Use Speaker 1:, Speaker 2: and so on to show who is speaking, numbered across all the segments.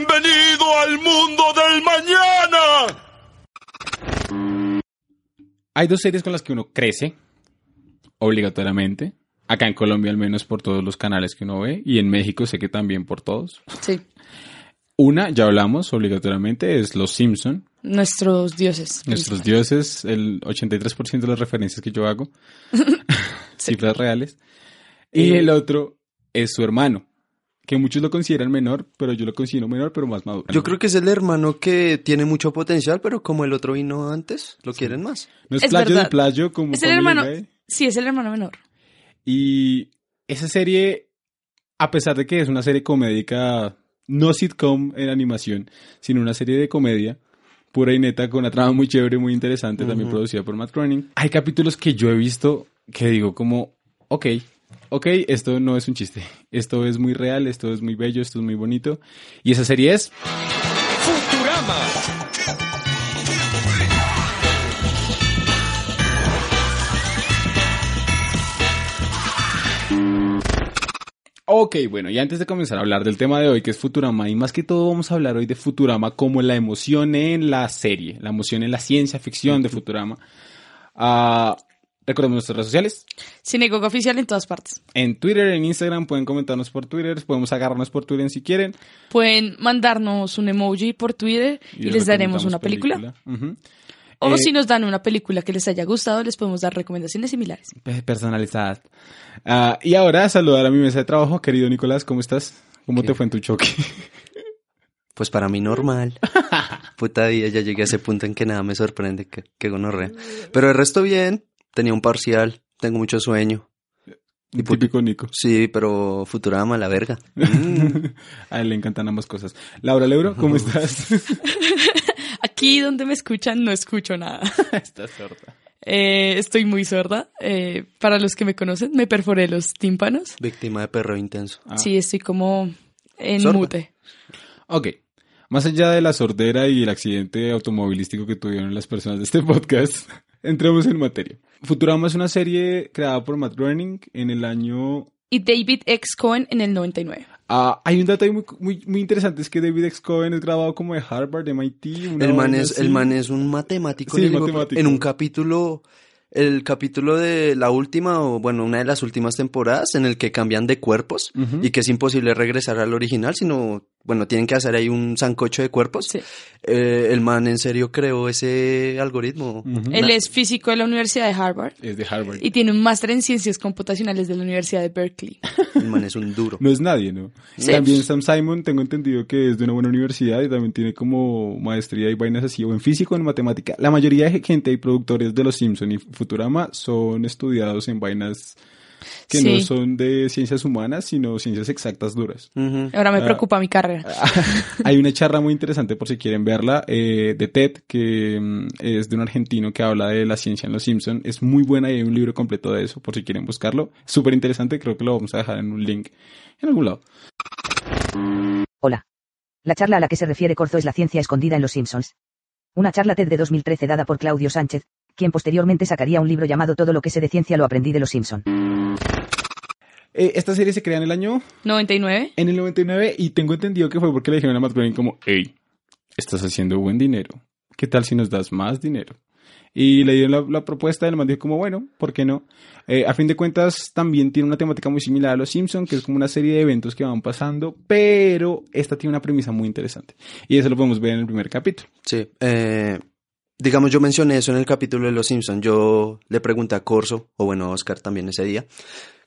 Speaker 1: Bienvenido al mundo del mañana.
Speaker 2: Hay dos series con las que uno crece, obligatoriamente. Acá en Colombia, al menos por todos los canales que uno ve, y en México sé que también por todos.
Speaker 3: Sí,
Speaker 2: Una, ya hablamos obligatoriamente, es Los Simpson,
Speaker 3: nuestros dioses.
Speaker 2: nuestros dioses, el 83% de las referencias que yo hago, cifras reales. Y el otro es su hermano, que muchos lo consideran menor, pero yo lo considero menor, pero más maduro.
Speaker 4: Yo creo que es el hermano que tiene mucho potencial, pero como el otro vino antes, lo quieren más.
Speaker 2: no es,
Speaker 3: Es
Speaker 2: playo de
Speaker 3: verdad.
Speaker 2: playo como
Speaker 3: Es el
Speaker 2: Family
Speaker 3: hermano.
Speaker 2: Guy.
Speaker 3: Sí, es el hermano menor.
Speaker 2: Y esa serie, a pesar de que es una serie comédica, no sitcom en animación, sino una serie de comedia pura y neta, con una trama muy chévere, muy interesante, también
Speaker 4: Ujú.
Speaker 2: producida por Matt Groening. Hay capítulos que yo he visto que digo como, ok, ok, esto no es un chiste, esto es muy real, esto es muy bello, esto es muy bonito. Y esa serie es
Speaker 1: Futurama.
Speaker 2: Ok, bueno, y antes de comenzar a hablar del tema de hoy, que es Futurama, y más que todo vamos a hablar hoy de Futurama como la emoción en la serie, la emoción en la ciencia ficción de Futurama. Ah, recordemos nuestras redes sociales.
Speaker 3: Cinecoca oficial en todas partes.
Speaker 2: En Twitter, en Instagram, pueden comentarnos por Twitter, podemos agarrarnos por Twitter si quieren.
Speaker 3: Pueden mandarnos un emoji por Twitter y, les daremos
Speaker 2: recomendamos
Speaker 3: una película.
Speaker 2: Ujú.
Speaker 3: O
Speaker 2: Eh,
Speaker 3: si nos dan una película que les haya gustado, les podemos dar recomendaciones similares.
Speaker 2: pe- Personalizadas. Ah, y ahora saludar a mi mesa de trabajo, querido Nicolás, ¿cómo estás? ¿Cómo
Speaker 4: ¿Qué?
Speaker 2: te fue en tu choque?
Speaker 4: Pues para mí normal. Puta vida, ya llegué a ese punto en que nada me sorprende, que, que gonorrea. Pero el resto bien, tenía un parcial, tengo mucho sueño. puto.
Speaker 2: Típico Nico.
Speaker 4: Sí, pero Futurama, la verga. Mm.
Speaker 2: a él le encantan ambas cosas. Laura Leuro, ¿cómo estás?
Speaker 3: Aquí donde me escuchan no escucho nada.
Speaker 2: estás sorda.
Speaker 3: Eh, estoy muy sorda. Eh, para los que me conocen, me perforé los tímpanos.
Speaker 4: Víctima de perro intenso.
Speaker 2: Ah.
Speaker 3: Sí, estoy como en
Speaker 4: Sorda.
Speaker 3: mute.
Speaker 2: Ok. Más allá de la sordera y el accidente automovilístico que tuvieron las personas de este podcast, entremos en materia. Futurama es una serie creada por Matt Groening en el año...
Speaker 3: Y David X. Cohen en el 99.
Speaker 2: Ah, hay un dato ahí muy, muy, muy interesante, es que David X. Cohen es graduado como de Harvard, MIT... una
Speaker 4: el, man
Speaker 2: vaina
Speaker 4: es,
Speaker 2: así.
Speaker 4: el man es un matemático.
Speaker 2: Sí,
Speaker 4: le digo,
Speaker 2: matemático.
Speaker 4: En un capítulo, el capítulo de la última, o bueno, una de las últimas temporadas, en el que cambian de cuerpos
Speaker 2: Ujú.
Speaker 4: y que es imposible regresar al original, sino, bueno, tienen que hacer ahí un sancocho de cuerpos.
Speaker 3: Sí.
Speaker 4: Eh, el man en serio creó ese algoritmo.
Speaker 2: Ujú.
Speaker 3: Él es físico de la Universidad de Harvard
Speaker 2: Es de Harvard.
Speaker 3: y tiene un máster en ciencias computacionales de la Universidad de Berkeley.
Speaker 4: El man es un duro.
Speaker 2: No es nadie, ¿no?
Speaker 3: Sí.
Speaker 2: También Sam Simon, tengo entendido que es de una buena universidad y también tiene como maestría y vainas así, o en físico o en matemática. La mayoría de gente y productores de Los Simpson y Futurama son estudiados en vainas que no
Speaker 3: Sí.
Speaker 2: son de ciencias humanas, sino ciencias exactas duras.
Speaker 4: Ujú.
Speaker 3: Ahora me
Speaker 2: Ah.
Speaker 3: preocupa mi carrera.
Speaker 2: Hay una charla muy interesante, por si quieren verla, eh, de Ted, que mm, es de un argentino que habla de la ciencia en Los Simpson. Es muy buena y hay un libro completo de eso, por si quieren buscarlo. Súper interesante, creo que lo vamos a dejar en un link en algún lado.
Speaker 5: Hola. La charla a la que se refiere Corzo es la ciencia escondida en los Simpsons. Una charla TED de 2013 dada por Claudio Sánchez, quien posteriormente sacaría un libro llamado Todo lo que sé de ciencia lo aprendí de los Simpson.
Speaker 2: Eh, esta serie se crea en el año
Speaker 3: 99.
Speaker 2: en el 99 y tengo entendido que fue porque le dijeron a Matt Groening como, hey, estás haciendo buen dinero. ¿Qué tal si nos das más dinero? Y le dieron la, la propuesta y el man dijo como, bueno, ¿por qué no? Eh, a fin de cuentas, también tiene una temática muy similar a Los Simpson, que es como una serie de eventos que van pasando, pero esta tiene una premisa muy interesante. Y eso lo podemos ver en el primer capítulo.
Speaker 4: Sí. eh, digamos, yo mencioné eso en el capítulo de Los Simpson. Yo le pregunté a Corso, o bueno, a Oscar también ese día,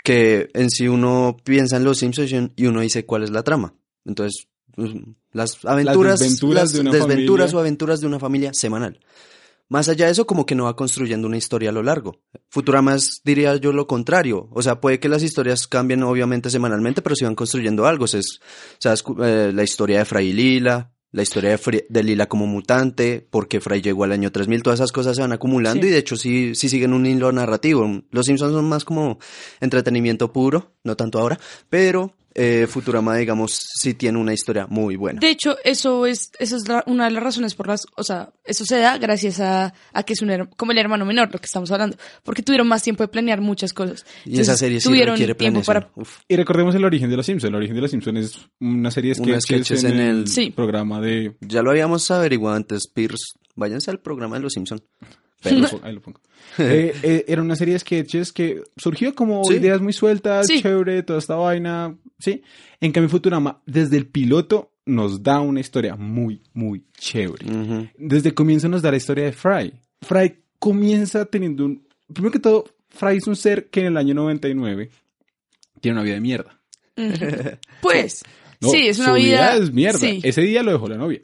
Speaker 4: que en sí uno piensa en Los Simpsons y un- y uno dice cuál es la trama. Entonces, pues, las aventuras,
Speaker 2: desventuras
Speaker 4: las
Speaker 2: de una
Speaker 4: desventuras
Speaker 2: familia.
Speaker 4: o aventuras de una familia semanal. Más allá de eso, como que no va construyendo una historia a lo largo. Futurama es, diría yo, lo contrario. O sea, puede que las historias cambien, obviamente, semanalmente, pero si van construyendo algo. O sea, es- o sea, es cu- eh, la historia de Fray y Lila, la historia de, Fri- de Lila como mutante, porque Fray llegó al año 3000, todas esas cosas se van acumulando
Speaker 3: Sí.
Speaker 4: y de hecho sí, sí siguen un hilo narrativo. Los Simpsons son más como entretenimiento puro, no tanto ahora, pero eh, Futurama, digamos, sí tiene una historia muy buena.
Speaker 3: De hecho, eso es, eso es la- una de las razones por las, o sea, eso se da gracias a, a que es un her- como el hermano menor, lo que estamos hablando, porque tuvieron más tiempo de planear muchas cosas.
Speaker 4: y esa
Speaker 3: Entonces,
Speaker 4: serie sí
Speaker 3: tuvieron
Speaker 4: requiere
Speaker 3: tiempo
Speaker 4: planeación.
Speaker 3: para
Speaker 4: Uf.
Speaker 2: Y recordemos el origen de Los Simpsons. El origen de Los Simpsons es una serie de
Speaker 4: Unos
Speaker 2: sketches,
Speaker 4: sketches
Speaker 2: en,
Speaker 4: en
Speaker 2: el
Speaker 4: el-
Speaker 3: Sí.
Speaker 2: programa de...
Speaker 4: Ya lo habíamos averiguado antes, Pierce. Váyanse al programa de Los Simpson.
Speaker 2: Ahí lo pongo, ahí lo pongo. Eh, eh, era una serie de sketches que surgió como
Speaker 4: Sí.
Speaker 2: ideas muy sueltas,
Speaker 3: Sí.
Speaker 2: chévere, toda esta vaina, ¿sí? En cambio Futurama, desde el piloto, nos da una historia muy, muy chévere.
Speaker 4: Ujú.
Speaker 2: Desde el comienzo nos da la historia de Fry. Fry comienza teniendo un... Primero que todo, Fry es un ser que en el año 99 tiene una vida de mierda.
Speaker 3: Pues,
Speaker 2: No,
Speaker 3: sí, es una
Speaker 2: su
Speaker 3: vida.
Speaker 2: es mierda.
Speaker 3: Sí.
Speaker 2: Ese día lo dejó la novia.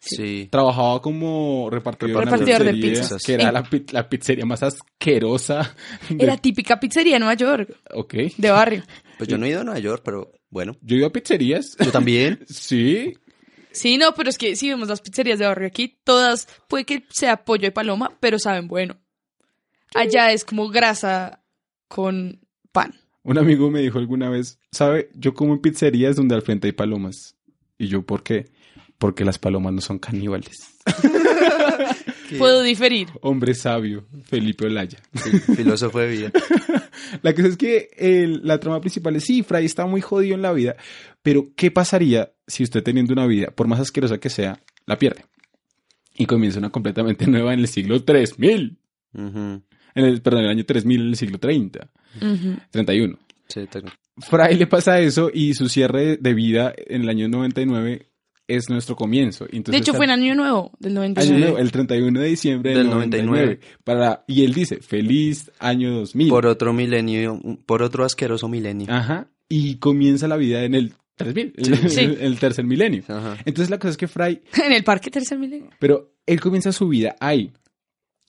Speaker 4: Sí.
Speaker 2: Trabajaba como repartidor, en una
Speaker 3: Repartidor de
Speaker 2: pizzería,
Speaker 4: pizzas.
Speaker 2: Que era
Speaker 3: Sí.
Speaker 2: la, pi- la pizzería más asquerosa. de-
Speaker 3: Era típica pizzería de Nueva York,
Speaker 2: Ok.
Speaker 3: de barrio.
Speaker 4: Pues yo no he ido a Nueva York, pero bueno.
Speaker 2: Yo iba a pizzerías.
Speaker 4: Yo también.
Speaker 2: Sí.
Speaker 3: Sí, no, pero es que si vemos las pizzerías de barrio aquí, todas puede que sea pollo y paloma, pero saben bueno. Allá es como grasa con pan.
Speaker 2: Un amigo me dijo alguna vez, ¿sabe? Yo como en pizzerías donde al frente hay palomas. Y yo, ¿por qué? Porque las palomas no son caníbales.
Speaker 3: Puedo diferir.
Speaker 2: Hombre sabio, Felipe Olaya.
Speaker 4: Filósofo de vida.
Speaker 2: La cosa es que el- la trama principal es, sí, Fry está muy jodido en la vida, pero ¿qué pasaría si usted teniendo una vida, por más asquerosa que sea, la pierde? Y comienza una completamente nueva en el siglo 3000.
Speaker 4: Ujú.
Speaker 2: En el, perdón, en el año 3000, en el siglo 30, 31.
Speaker 4: Sí, tengo-
Speaker 2: Fry le pasa eso y su cierre de vida en el año 99 es nuestro comienzo. Entonces,
Speaker 3: De hecho,
Speaker 2: al-
Speaker 3: fue en Año Nuevo del
Speaker 2: año
Speaker 3: 99.
Speaker 2: nuevo, eh. el 31 de diciembre del,
Speaker 4: Del
Speaker 2: 99.
Speaker 4: 99.
Speaker 2: Para, y él dice, feliz año 2000.
Speaker 4: Por otro milenio, por otro asqueroso milenio.
Speaker 2: Ajá. Y comienza la vida en el 3000, el,
Speaker 3: Sí.
Speaker 2: el tercer milenio.
Speaker 4: Ajá.
Speaker 2: Entonces la cosa es que Fry,
Speaker 3: En el Parque Tercer Milenio.
Speaker 2: pero él comienza su vida ahí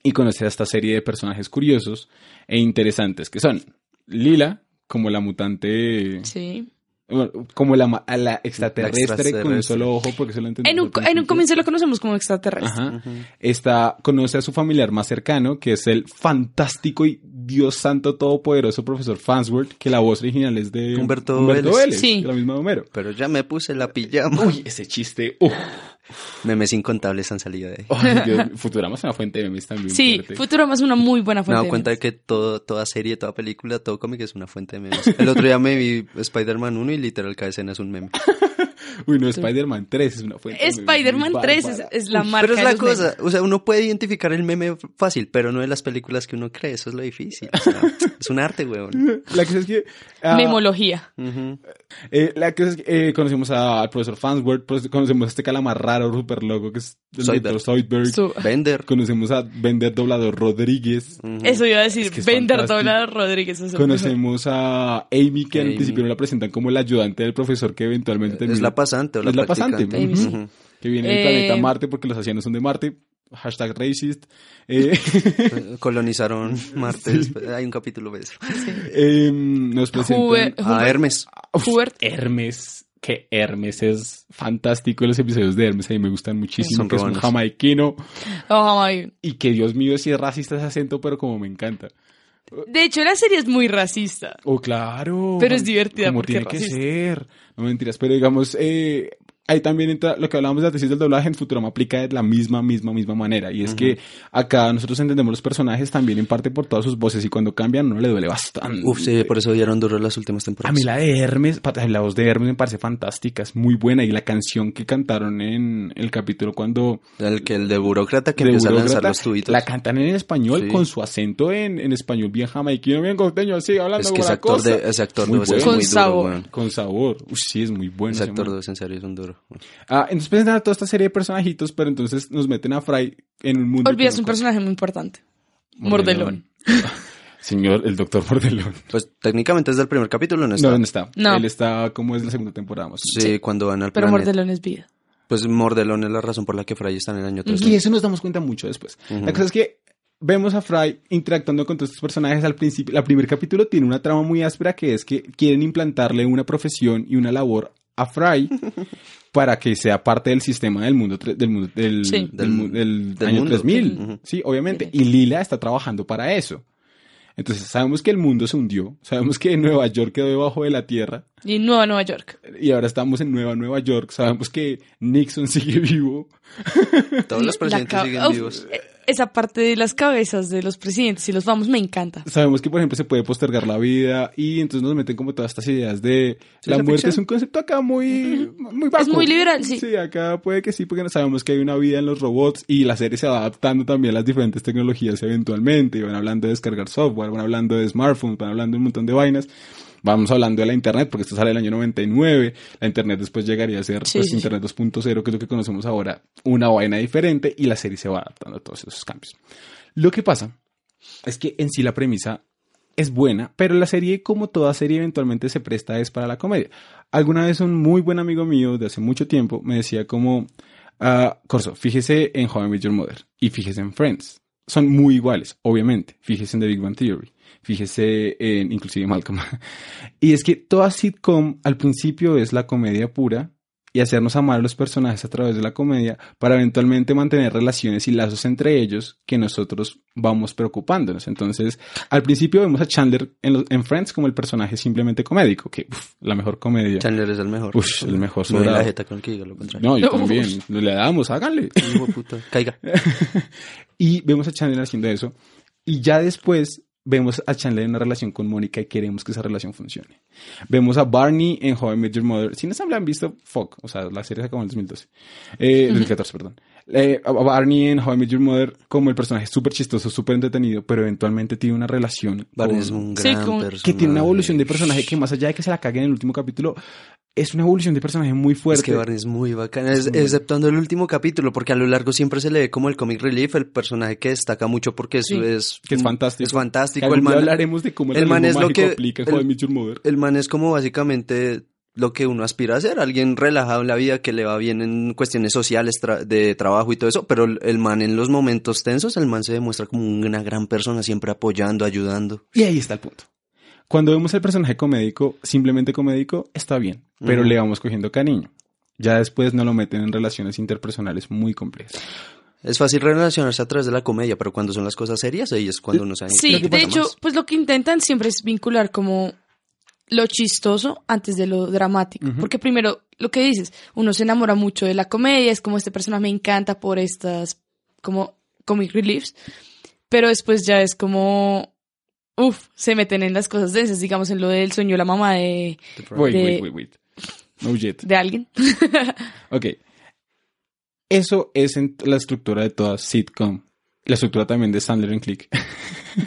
Speaker 2: y conoce a esta serie de personajes curiosos e interesantes que son Lila, como la mutante,
Speaker 3: Sí.
Speaker 2: bueno, como la, ma- a la extraterrestre, con
Speaker 4: extraterrestre.
Speaker 2: un solo ojo porque solo entendió
Speaker 3: En un,
Speaker 2: al principio.
Speaker 3: en un comienzo lo conocemos como extraterrestre.
Speaker 2: Ajá. Está, conoce a su familiar más cercano, que es el fantástico y Dios santo todopoderoso profesor Fansworth, que la voz original es de
Speaker 4: Humberto Vélez.
Speaker 2: Vélez,
Speaker 3: Sí.
Speaker 2: de la misma de Homero.
Speaker 4: Pero ya me puse la pijama.
Speaker 2: Uy, ese chiste. uf.
Speaker 4: Memes incontables han salido de ahí.
Speaker 2: Ay, Dios, Futurama es una fuente de memes también.
Speaker 3: Sí,
Speaker 2: fuerte.
Speaker 3: Futurama es una muy buena
Speaker 4: Me he
Speaker 3: fuente.
Speaker 4: dado cuenta de que todo, toda serie, toda película, todo cómic es una fuente de memes. El otro día me vi Spider-Man 1 y literal cada escena es un meme.
Speaker 2: Uy, no, Spider-Man 3 es una fuente. de memes
Speaker 3: Spider-Man
Speaker 2: muy
Speaker 3: 3 es,
Speaker 2: bárbara.
Speaker 3: es la marca.
Speaker 4: pero es
Speaker 3: de
Speaker 4: la
Speaker 3: los memes.
Speaker 4: cosa, o sea, uno puede identificar el meme fácil, pero no de las películas que uno cree, eso es lo difícil. o sea, es un arte, weón.
Speaker 2: La cosa es que. ah,
Speaker 3: Memología.
Speaker 4: Ujú.
Speaker 2: eh, la cosa es que eh, conocemos a- al profesor Fansworth, pues, conocemos a este calamar raro, super loco, que es el
Speaker 4: Zoidberg.
Speaker 2: doctor Zoidberg.
Speaker 3: Su-
Speaker 4: Vender.
Speaker 2: Conocemos a Vender Doblador Rodríguez.
Speaker 4: Mm.
Speaker 3: eso iba a decir.
Speaker 2: Es que es
Speaker 3: Vender
Speaker 2: fantástico.
Speaker 3: Doblar Rodríguez. eso es mejor.
Speaker 2: Conocemos a Amy, que al
Speaker 4: Amy.
Speaker 2: principio no la presentan como la ayudante del profesor que eventualmente termina.
Speaker 4: Es la pasante o la
Speaker 2: Es la
Speaker 4: practicante.
Speaker 2: pasante.
Speaker 3: Amy, sí.
Speaker 4: Ujú.
Speaker 2: Que viene del
Speaker 3: Eh,
Speaker 2: planeta Marte porque los asianos son de Marte. Hashtag racist. Eh,
Speaker 4: Eh, Colonizaron Marte. Hay un capítulo de eso.
Speaker 2: em, nos presentan
Speaker 3: Juve-
Speaker 4: A Hermes.
Speaker 2: Uf,
Speaker 3: Hubert.
Speaker 2: Hermes, que Hermes es fantástico. Los episodios de Hermes a mí me gustan muchísimo.
Speaker 4: Son
Speaker 2: que es un
Speaker 4: romanos.
Speaker 2: jamaiquino
Speaker 3: Oh, my.
Speaker 2: y que Dios mío, si es racista ese acento, pero como me encanta.
Speaker 3: De hecho, la serie es muy racista.
Speaker 2: Oh, claro.
Speaker 3: Pero es divertida
Speaker 2: Como
Speaker 3: porque
Speaker 2: tiene
Speaker 3: es
Speaker 2: que
Speaker 3: racista.
Speaker 2: ser. No mentiras, pero digamos, eh, ahí también entra lo que hablábamos de la tesis del doblaje en Futurama aplica de la misma, misma, misma manera. Y es que acá nosotros entendemos los personajes también en parte por todas sus voces y cuando cambian no le duele bastante.
Speaker 4: Uf, sí, por eso dieron duro las últimas
Speaker 2: A
Speaker 4: temporadas.
Speaker 2: mí la de Hermes, pa- la voz de Hermes me parece fantástica, es muy buena. Y la canción que cantaron en el capítulo cuando
Speaker 4: El, que, el de burócrata que
Speaker 2: de
Speaker 4: empieza a lanzar
Speaker 2: burócrata,
Speaker 4: los tubitos.
Speaker 2: la cantan en español
Speaker 4: Sí.
Speaker 2: con su acento en, en español bien jamaiquino, bien costeño, así hablando
Speaker 4: es que
Speaker 2: con
Speaker 4: ese
Speaker 2: la
Speaker 4: actor,
Speaker 2: cosa.
Speaker 4: de, ese actor
Speaker 2: Muy
Speaker 4: de voz es
Speaker 2: bueno.
Speaker 4: muy
Speaker 3: Con
Speaker 4: duro,
Speaker 3: sabor.
Speaker 4: weón.
Speaker 2: Con sabor. Uy, sí, es muy bueno.
Speaker 4: Ese
Speaker 2: ese
Speaker 4: actor de
Speaker 2: man.
Speaker 4: voz en serio es un duro.
Speaker 2: Ah, entonces presentan a toda esta serie de personajitos, pero entonces nos meten a Fry en un mundo.
Speaker 3: Olvidas
Speaker 2: que no
Speaker 3: un personaje muy importante.
Speaker 2: conoce.
Speaker 3: Mordelón.
Speaker 2: Señor, el doctor Mordelón.
Speaker 4: Pues técnicamente es del primer capítulo, ¿no
Speaker 2: No,
Speaker 4: está?
Speaker 2: ¿dónde está?
Speaker 3: No.
Speaker 2: Él está, como es la segunda temporada más o
Speaker 4: sí,
Speaker 3: Sí.
Speaker 4: cuando van al
Speaker 3: Pero
Speaker 4: planeta.
Speaker 3: Mordelón es vida.
Speaker 4: Pues Mordelón es la razón por la que Fry está en el año 3.
Speaker 2: menos. Y eso nos damos cuenta mucho después. La cosa es que vemos a Fry interactuando con todos estos personajes al principio. El primer capítulo tiene una trama muy áspera que es que quieren implantarle una profesión y una labor a Fry para que sea parte del sistema del mundo tre- del mundo del,
Speaker 3: Sí.
Speaker 2: del,
Speaker 4: Del-
Speaker 2: mu- del
Speaker 4: del
Speaker 2: año
Speaker 4: mundo.
Speaker 2: 3000,
Speaker 4: Ujú.
Speaker 2: sí, obviamente, y Lila está trabajando para eso. Entonces sabemos que el mundo se hundió, sabemos que Nueva York quedó debajo de la tierra
Speaker 3: Y Nueva Nueva York.
Speaker 2: y ahora estamos en Nueva Nueva York, sabemos que Nixon sigue vivo.
Speaker 4: Todos los
Speaker 3: La
Speaker 4: presidentes
Speaker 3: ca-
Speaker 4: siguen
Speaker 3: Uf,
Speaker 4: vivos.
Speaker 3: eh, Esa parte de las cabezas de los presidentes y los vamos me encanta.
Speaker 2: Sabemos que, por ejemplo, se puede postergar la vida y entonces nos meten como todas estas ideas de la
Speaker 4: Ciencia
Speaker 2: muerte
Speaker 4: ficción.
Speaker 2: es un concepto acá muy, muy vago.
Speaker 3: Es muy liberal, sí.
Speaker 2: Sí, acá puede que sí, porque no sabemos que hay una vida en los robots y la serie se va adaptando también a las diferentes tecnologías eventualmente. Y van hablando de descargar software, van hablando de smartphones, van hablando de un montón de vainas. Vamos hablando de la internet, porque esto sale del año 99. La internet después llegaría a ser
Speaker 3: Sí,
Speaker 2: pues,
Speaker 3: sí, sí.
Speaker 2: internet 2.0, que es lo que conocemos ahora, una vaina diferente y la serie se va adaptando a todos esos cambios. Lo que pasa es que en sí la premisa es buena, pero la serie, como toda serie, eventualmente se presta es para la comedia. Alguna vez un muy buen amigo mío de hace mucho tiempo me decía como, ah, Corso, fíjese en How I Met Your Mother y fíjese en Friends. Son muy iguales, obviamente. Fíjese en The Big Bang Theory. Fíjese en inclusive Malcolm. y es que toda sitcom al principio es la comedia pura y hacernos amar a los personajes a través de la comedia para eventualmente mantener relaciones y lazos entre ellos que nosotros vamos preocupándonos. Entonces, al principio vemos a Chandler en, los- en Friends como el personaje simplemente comédico, que uf, la mejor comedia.
Speaker 4: Chandler es el mejor.
Speaker 2: Ush, el mejor
Speaker 4: No hay
Speaker 2: sobrado.
Speaker 4: la jeta con el que diga lo contrario.
Speaker 2: No, yo también. Le damos, háganle.
Speaker 4: Hijo de puta. Caiga.
Speaker 2: Y vemos a Chandler haciendo eso. Y ya después vemos a Chandler en una relación con Mónica y queremos que esa relación funcione. Vemos a Barney en How I Met Your Mother. Si no se la han visto, fuck. O sea, la serie se acabó en el 2012. Eh, 2014, perdón. Eh, a a Barney en How I Met Your Mother como el personaje súper chistoso, súper entretenido, pero eventualmente tiene una relación
Speaker 4: Barney
Speaker 2: con-
Speaker 4: es un
Speaker 3: Sí,
Speaker 4: gran
Speaker 3: como-
Speaker 4: personaje.
Speaker 2: que tiene una evolución de personaje que más allá de que se la cague en el último capítulo, es una evolución de personaje muy fuerte.
Speaker 4: Es que Barney es muy bacana, es-
Speaker 2: muy bueno.
Speaker 4: exceptuando el último capítulo, porque a lo largo siempre se le ve como el comic relief, el personaje que destaca mucho porque es,
Speaker 3: Sí.
Speaker 4: es,
Speaker 2: Que es fantástico.
Speaker 4: Es fantástico.
Speaker 2: Algún
Speaker 4: El
Speaker 2: día
Speaker 4: man,
Speaker 2: hablaremos de cómo el,
Speaker 4: el man
Speaker 2: realismo
Speaker 4: es lo
Speaker 2: mágico
Speaker 4: que-
Speaker 2: aplica en
Speaker 4: el-
Speaker 2: How I Met Your Mother.
Speaker 4: el man es como básicamente lo que uno aspira a ser, alguien relajado en la vida que le va bien en cuestiones sociales, tra- de trabajo y todo eso, pero el el man en los momentos tensos, el man se demuestra como una gran persona, siempre apoyando, ayudando.
Speaker 2: Y ahí está el punto. Cuando vemos el personaje comédico, simplemente comédico, está bien, pero
Speaker 4: Ujú.
Speaker 2: le vamos cogiendo cariño. Ya después no lo meten en relaciones interpersonales muy complejas.
Speaker 4: Es fácil relacionarse a través de la comedia, pero cuando son las cosas serias, ahí es cuando uno se
Speaker 3: Sí,
Speaker 4: identifica
Speaker 3: de hecho,
Speaker 4: más.
Speaker 3: pues lo que intentan siempre es vincular como lo chistoso antes de lo dramático.
Speaker 2: Ujú.
Speaker 3: Porque primero, lo que dices, uno se enamora mucho de la comedia, es como este personaje me encanta por estas como comic reliefs, pero después ya es como, uff, se meten en las cosas densas, digamos en lo del sueño de la mamá de,
Speaker 2: Wait,
Speaker 3: De-
Speaker 2: wait, wait, wait. No jet.
Speaker 3: de alguien.
Speaker 2: Ok. Eso es en la estructura de toda sitcom. La estructura también de Sandler and Click.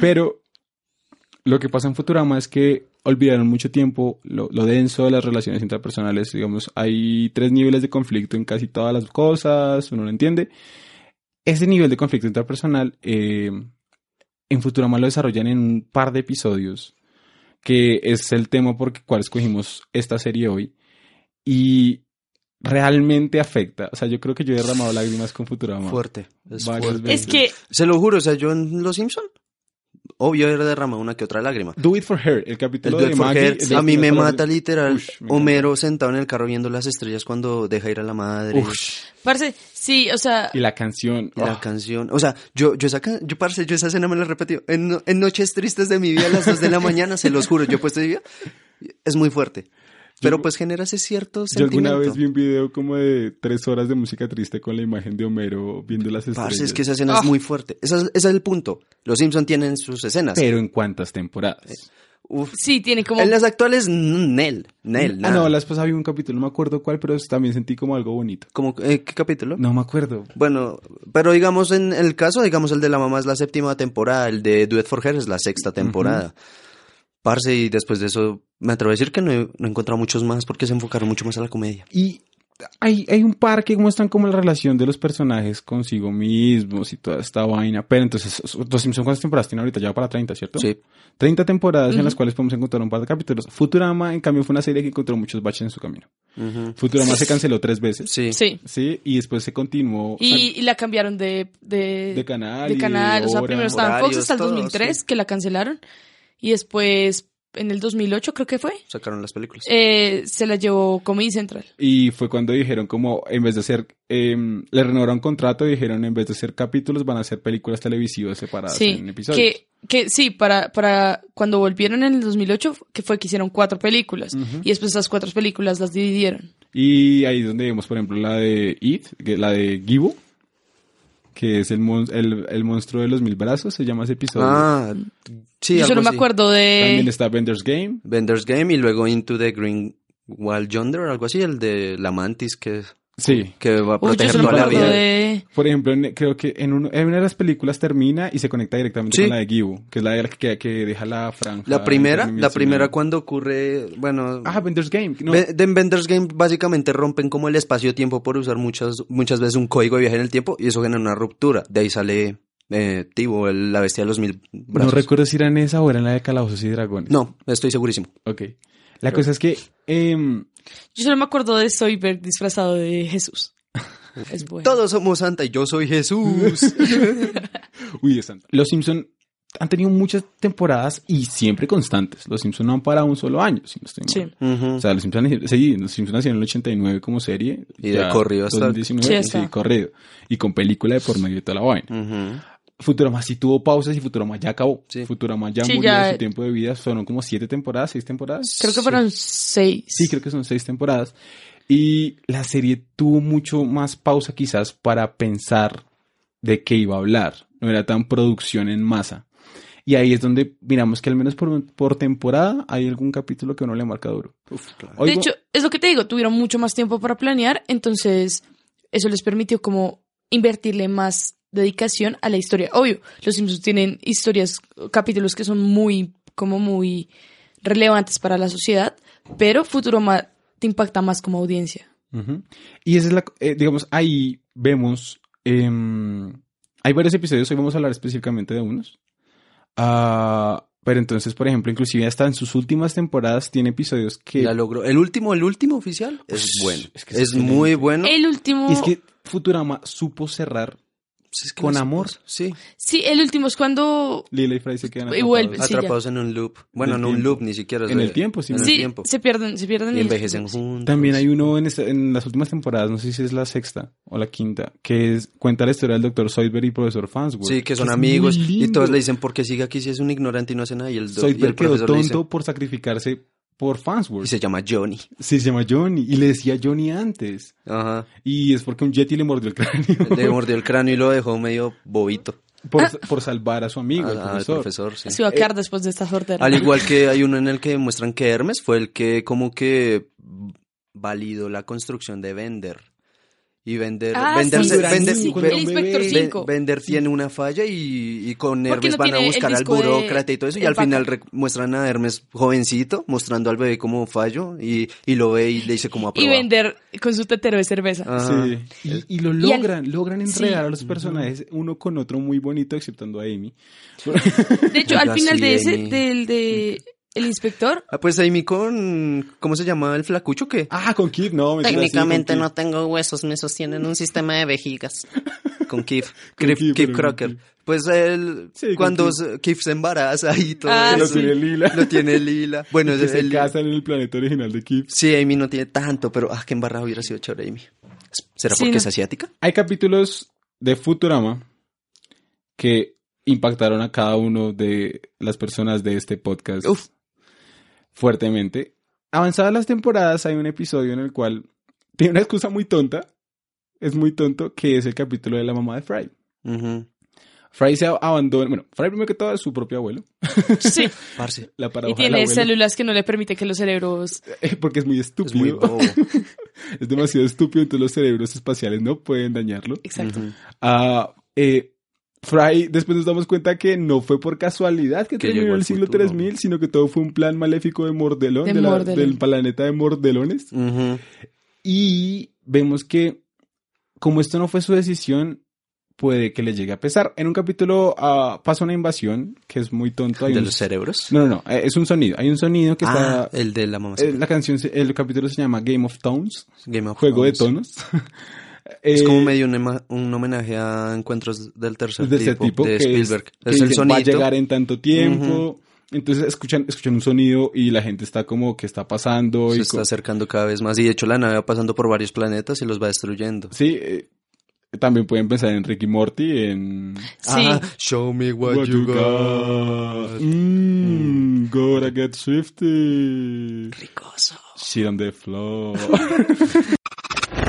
Speaker 2: Pero lo que pasa en Futurama es que olvidaron mucho tiempo lo, lo denso de las relaciones interpersonales. Digamos, hay tres niveles de conflicto en casi todas las cosas, uno lo entiende. Ese nivel de conflicto interpersonal eh, en Futurama lo desarrollan en un par de episodios, que es el tema por el cual escogimos esta serie hoy. Y realmente afecta. O sea, yo creo que yo he derramado lágrimas con Futurama.
Speaker 4: Fuerte. Es
Speaker 2: Varias
Speaker 4: fuerte.
Speaker 2: veces.
Speaker 3: es que
Speaker 4: Se lo juro, o sea, yo en Los Simpson, obvio, era derramado una que otra lágrima.
Speaker 2: Do It For Her, el
Speaker 4: El
Speaker 2: capítulo
Speaker 4: Do It
Speaker 2: de
Speaker 4: For
Speaker 2: Maggie.
Speaker 4: Her,
Speaker 2: el de-
Speaker 4: a mí me
Speaker 2: de-
Speaker 4: mata literal
Speaker 2: Ush, me encanta.
Speaker 4: Homero sentado en el carro viendo las estrellas cuando deja ir a la madre.
Speaker 2: Ush,
Speaker 3: Parce, sí, o sea,
Speaker 2: y la canción.
Speaker 4: La
Speaker 2: oh,
Speaker 4: canción, o sea, yo, yo esa, ca- yo, parce, yo esa escena me la he repetido. En, no- en noches tristes de mi vida a las 2 de la mañana, se los juro, yo he puesto de vida. Es muy fuerte. Pero pues genera ese cierto
Speaker 2: Yo
Speaker 4: sentimiento.
Speaker 2: alguna vez vi un video como de tres horas de música triste con la imagen de Homero viendo las estrellas.
Speaker 4: Parce, es que esa escena
Speaker 2: Ah.
Speaker 4: es muy fuerte. Esa es- Ese es, el punto. Los Simpson tienen sus escenas.
Speaker 2: Pero en cuántas temporadas.
Speaker 4: Eh, Uf.
Speaker 3: sí, tiene como...
Speaker 4: En las actuales, n- Nel. Nel,
Speaker 2: ah,
Speaker 4: nada.
Speaker 2: no, la esposa había un capítulo, no me acuerdo cuál, pero también sentí como algo bonito.
Speaker 4: Como, eh, ¿Qué capítulo?
Speaker 2: No me acuerdo.
Speaker 4: Bueno, pero digamos en el caso, digamos el de la mamá es la séptima temporada, el de Duet for Her es la sexta temporada. Parce, y después de eso, me atrevo a decir que no he, no he encontrado muchos más porque se enfocaron mucho más a la comedia.
Speaker 2: Y hay, hay un par que muestran como la relación de los personajes consigo mismos y toda esta vaina. Pero entonces, Los Simpson cuántas temporadas tiene ahorita? Ya va para 30, ¿cierto?
Speaker 4: Sí.
Speaker 2: 30 temporadas en las
Speaker 3: Ujú.
Speaker 2: cuales podemos encontrar un par de capítulos. Futurama, en cambio, fue una serie que encontró muchos baches en su camino.
Speaker 4: Ujú.
Speaker 2: Futurama se canceló tres veces.
Speaker 4: Sí.
Speaker 3: Sí.
Speaker 2: Sí, y después se continuó
Speaker 3: Y, y la cambiaron de, de,
Speaker 2: de canal. y
Speaker 3: de canal. o sea,
Speaker 2: hora.
Speaker 3: primero estaba en Fox
Speaker 4: horarios,
Speaker 3: hasta el
Speaker 4: todo,
Speaker 3: 2003,
Speaker 4: sí.
Speaker 3: que la cancelaron. Y después en el 2008 creo que fue,
Speaker 4: Sacaron las películas.
Speaker 3: eh, se la llevó Comedy Central.
Speaker 2: Y fue cuando dijeron como, en vez de hacer, em, le renovaron contrato y dijeron, en vez de hacer capítulos, van a hacer películas televisivas separadas
Speaker 3: Sí,
Speaker 2: Ah, en episodios.
Speaker 3: que, que sí, para, para cuando volvieron en el 2008, que fue que hicieron cuatro películas.
Speaker 2: Ujú.
Speaker 3: Y después esas cuatro películas las dividieron.
Speaker 2: Y ahí es donde vemos, por ejemplo, la de It, que- la de Gibo, que es el, mon- el, el monstruo de los mil brazos, se llama ese episodio.
Speaker 4: ah,
Speaker 3: Yo
Speaker 4: sí, algo
Speaker 3: solo me
Speaker 4: así.
Speaker 3: acuerdo
Speaker 2: También
Speaker 3: de...
Speaker 2: está Bender's Game.
Speaker 4: Bender's Game y luego Into the Green Wall Yonder, algo así, el de la mantis que,
Speaker 2: Sí.
Speaker 4: que va a
Speaker 3: Uy, yo
Speaker 4: proteger
Speaker 3: solo
Speaker 4: toda
Speaker 3: me
Speaker 4: la
Speaker 3: acuerdo
Speaker 4: vida.
Speaker 3: de...
Speaker 2: Por ejemplo, en- creo que en, uno- en una de las películas termina y se conecta directamente
Speaker 4: Sí.
Speaker 2: con la de Gibo, que es la de la que, que deja la franja.
Speaker 4: La primera,
Speaker 2: en
Speaker 4: la primera
Speaker 2: terminación.
Speaker 4: cuando ocurre, bueno,
Speaker 2: Ah, Bender's Game. No.
Speaker 4: Ve- de- en Bender's Game básicamente rompen como el espacio-tiempo por usar muchas, muchas veces un código de viaje en el tiempo y eso genera una ruptura. De ahí sale eh, Tibo, el- la bestia de los mil
Speaker 2: no
Speaker 4: brazos.
Speaker 2: recuerdo si era en esa o era en la de Calabozos y Dragones.
Speaker 4: No, estoy segurísimo.
Speaker 2: Ok. La cosa es que em,
Speaker 3: Yo solo me acuerdo de Soyberg disfrazado de Jesús. Es bueno.
Speaker 4: Todos somos Santa y yo soy Jesús.
Speaker 2: Uy, es santo. Los Simpson han tenido muchas temporadas y siempre constantes. Los Simpson no han parado un solo año, si no estoy
Speaker 3: Sí.
Speaker 2: mal.
Speaker 4: Ujú.
Speaker 2: O sea, los Simpson, han- sí, los Simpson nacieron en el 89 como serie.
Speaker 4: Y de corrido hasta-
Speaker 2: 2019,
Speaker 3: Sí,
Speaker 2: sí,
Speaker 3: hasta.
Speaker 2: corrido. Y con película de por medio de toda la vaina.
Speaker 4: Ujú.
Speaker 2: Futurama sí tuvo pausas y Futurama ya acabó.
Speaker 4: Sí.
Speaker 2: Futurama ya
Speaker 3: Sí,
Speaker 2: murió
Speaker 3: ya-
Speaker 2: de su tiempo de vida. Fueron como siete temporadas, seis temporadas.
Speaker 3: Creo que fueron seis.
Speaker 2: Sí, creo que son seis temporadas. Y la serie tuvo mucho más pausa quizás para pensar de qué iba a hablar. No era tan producción en masa. Y ahí es donde miramos que al menos por, por temporada hay algún capítulo que uno le marca duro.
Speaker 4: Uf, claro.
Speaker 3: De
Speaker 2: Oigo-
Speaker 3: hecho, es lo que te digo, tuvieron mucho más tiempo para planear, entonces eso les permitió como invertirle más dedicación a la historia. Obvio, los Simpsons tienen historias, capítulos que son muy, como muy relevantes para la sociedad, pero Futurama te impacta más como audiencia.
Speaker 2: Ujú. Y esa es la, eh, digamos, ahí vemos, em, hay varios episodios, hoy vamos a hablar específicamente de unos. Ah, pero entonces, por ejemplo, inclusive hasta en sus últimas temporadas tiene episodios que...
Speaker 4: La logró. El último, el último oficial es
Speaker 2: Ush,
Speaker 4: bueno.
Speaker 2: es
Speaker 4: Es,
Speaker 2: que es excelente.
Speaker 4: muy bueno.
Speaker 3: El último...
Speaker 2: Y es que Futurama supo cerrar.
Speaker 4: Pues es que
Speaker 2: con
Speaker 4: las-
Speaker 2: amor.
Speaker 4: Sí,
Speaker 3: Sí, el último es cuando...
Speaker 2: Lila y Fry se quedan
Speaker 3: Y vuelve,
Speaker 2: atrapados.
Speaker 3: Sí,
Speaker 4: atrapados en un loop. Bueno,
Speaker 2: Del
Speaker 4: no un
Speaker 2: tiempo.
Speaker 4: loop ni siquiera. o
Speaker 2: En
Speaker 4: sea,
Speaker 2: el tiempo, sí.
Speaker 4: en el
Speaker 3: Sí,
Speaker 4: tiempo.
Speaker 3: se pierden, se pierden.
Speaker 4: Y
Speaker 3: el-
Speaker 4: envejecen juntos.
Speaker 2: También hay uno en, esta- en las últimas temporadas, no sé si es la sexta o la quinta, que es, cuenta la historia del doctor Soyberg y profesor Fansworth.
Speaker 4: Sí, que son
Speaker 2: es
Speaker 4: amigos
Speaker 2: muy
Speaker 4: y
Speaker 2: lindo.
Speaker 4: todos le dicen porque sigue aquí si es un ignorante y no hace nada y el, do- y el
Speaker 2: Zoidberg quedó
Speaker 4: profesor le dice-
Speaker 2: tonto por sacrificarse por Fansworth.
Speaker 4: y se llama Johnny.
Speaker 2: Sí, se llama Johnny y le decía Johnny antes.
Speaker 4: Ajá.
Speaker 2: Y es porque un Yeti le mordió el cráneo
Speaker 4: Le mordió el cráneo y lo dejó medio bobito
Speaker 2: por, por salvar a su amigo, el
Speaker 4: Ah, al- al
Speaker 2: profesor.
Speaker 4: profesor. sí.
Speaker 3: Se va a quedar después de esta sortera.
Speaker 4: Eh, Al igual que hay uno en el que muestran que Hermes fue el que como que validó la construcción de Bender. Y Bender,
Speaker 3: Ah,
Speaker 4: Bender,
Speaker 3: sí,
Speaker 4: se-
Speaker 2: sí,
Speaker 4: Bender,
Speaker 2: sí,
Speaker 4: Be-
Speaker 3: el inspector
Speaker 4: Be-
Speaker 3: cinco.
Speaker 4: Bender tiene una falla y, y con
Speaker 3: Porque
Speaker 4: Hermes
Speaker 3: no
Speaker 4: van a
Speaker 3: tiene el
Speaker 4: buscar al
Speaker 3: disco de-
Speaker 4: burócrata y todo eso. Y
Speaker 3: el
Speaker 4: al final
Speaker 3: backup.
Speaker 4: rec- muestran a Hermes jovencito, mostrando al bebé como fallo y, y lo ve y le dice
Speaker 3: y
Speaker 4: como aprobado. Ah.
Speaker 3: vender con su tetero de cerveza.
Speaker 4: Ajá.
Speaker 2: Sí. Y, y lo
Speaker 3: Y al-
Speaker 2: logran, logran enredar a los personajes uno con otro muy bonito, exceptando a Amy.
Speaker 3: De hecho, al
Speaker 4: Oiga,
Speaker 3: final
Speaker 4: sí,
Speaker 3: de ese,
Speaker 4: Amy.
Speaker 3: del de el inspector,
Speaker 4: Ah, pues Amy con... ¿Cómo se llamaba el flacucho que?
Speaker 2: Ah, con Kid, no. mentira, sí,
Speaker 6: Técnicamente
Speaker 2: con Kid.
Speaker 6: no tengo huesos, me sostienen un sistema de vejigas.
Speaker 4: Con Keith.
Speaker 2: Con
Speaker 4: Keith,
Speaker 2: Keith,
Speaker 4: Keith
Speaker 2: pero
Speaker 4: Crocker.
Speaker 2: con Keith.
Speaker 4: Pues él,
Speaker 2: Sí, con
Speaker 4: cuando
Speaker 2: Keith.
Speaker 4: se- Keith se embaraza y todo
Speaker 3: Ah,
Speaker 2: Que lo
Speaker 4: eso.
Speaker 3: sí.
Speaker 2: tiene Lila.
Speaker 4: Lo tiene Lila. Bueno,
Speaker 2: que
Speaker 4: es
Speaker 2: se
Speaker 4: el-
Speaker 2: casan en el planeta original de Kip.
Speaker 4: Sí, Amy no tiene tanto, pero ah, qué embarrado hubiera sido chévere Amy. ¿Será
Speaker 3: Sí,
Speaker 4: porque
Speaker 3: no.
Speaker 4: es asiática?
Speaker 2: Hay capítulos de Futurama que impactaron a cada uno de las personas de este podcast
Speaker 4: Uf.
Speaker 2: fuertemente. Avanzadas las temporadas hay un episodio en el cual tiene una excusa muy tonta, es muy tonto, que es el capítulo de la mamá de Fry.
Speaker 4: Ujú.
Speaker 2: Fry se abandona, bueno, Fry primero que todo es su propio abuelo,
Speaker 3: sí,
Speaker 4: Parce,
Speaker 2: la
Speaker 3: y
Speaker 2: paradoja del
Speaker 3: tiene
Speaker 2: abuelo,
Speaker 3: células que no le permite que los cerebros...
Speaker 2: porque es muy estúpido,
Speaker 4: es muy bobo.
Speaker 2: es demasiado estúpido, entonces los cerebros espaciales no pueden dañarlo.
Speaker 3: Exacto.
Speaker 4: Ujú.
Speaker 2: Ah, eh, Fry, después nos damos cuenta que no fue por casualidad que,
Speaker 4: Que llegó
Speaker 2: terminó
Speaker 4: al
Speaker 2: el siglo
Speaker 4: futuro.
Speaker 2: 3000, sino que todo fue un plan maléfico de Mordelón,
Speaker 3: De
Speaker 2: de la-
Speaker 3: Mordelón.
Speaker 2: del planeta de Mordelones.
Speaker 4: Ujú.
Speaker 2: Y vemos que, como esto no fue su decisión, puede que le llegue a pesar. En un capítulo ah, pasa una invasión, que es muy tonto. hay
Speaker 4: ¿De
Speaker 2: un-
Speaker 4: los cerebros?
Speaker 2: No, no, no, eh, es un sonido. Hay un sonido que
Speaker 4: Ah,
Speaker 2: está...
Speaker 4: el de la mamá.
Speaker 2: eh, la canción, se- el capítulo se llama Game of Tones,
Speaker 4: Game of
Speaker 2: Juego de
Speaker 4: Thrones.
Speaker 2: Tonos.
Speaker 4: Es
Speaker 2: Eh,
Speaker 4: como medio un, ema- un homenaje a encuentros del tercer
Speaker 2: de ese
Speaker 4: tipo,
Speaker 2: tipo
Speaker 4: de
Speaker 2: que es-
Speaker 4: Spielberg.
Speaker 2: que
Speaker 4: es, el
Speaker 2: dicen, va a
Speaker 4: sonido.
Speaker 2: llegar en tanto tiempo. Entonces escuchan, escuchan un sonido y la gente está como, ¿qué está pasando?
Speaker 4: Se
Speaker 2: y
Speaker 4: está
Speaker 2: co-
Speaker 4: acercando cada vez más. Y de hecho la nave va pasando por varios planetas y los va destruyendo.
Speaker 2: Sí, eh, también pueden pensar en Ricky Morty, en...
Speaker 3: Sí.
Speaker 4: Ah, show me what,
Speaker 2: What
Speaker 4: you
Speaker 2: you
Speaker 4: got.
Speaker 2: got. Mm, gotta get swifty.
Speaker 6: Ricoso.
Speaker 2: Shit on the floor. Eh,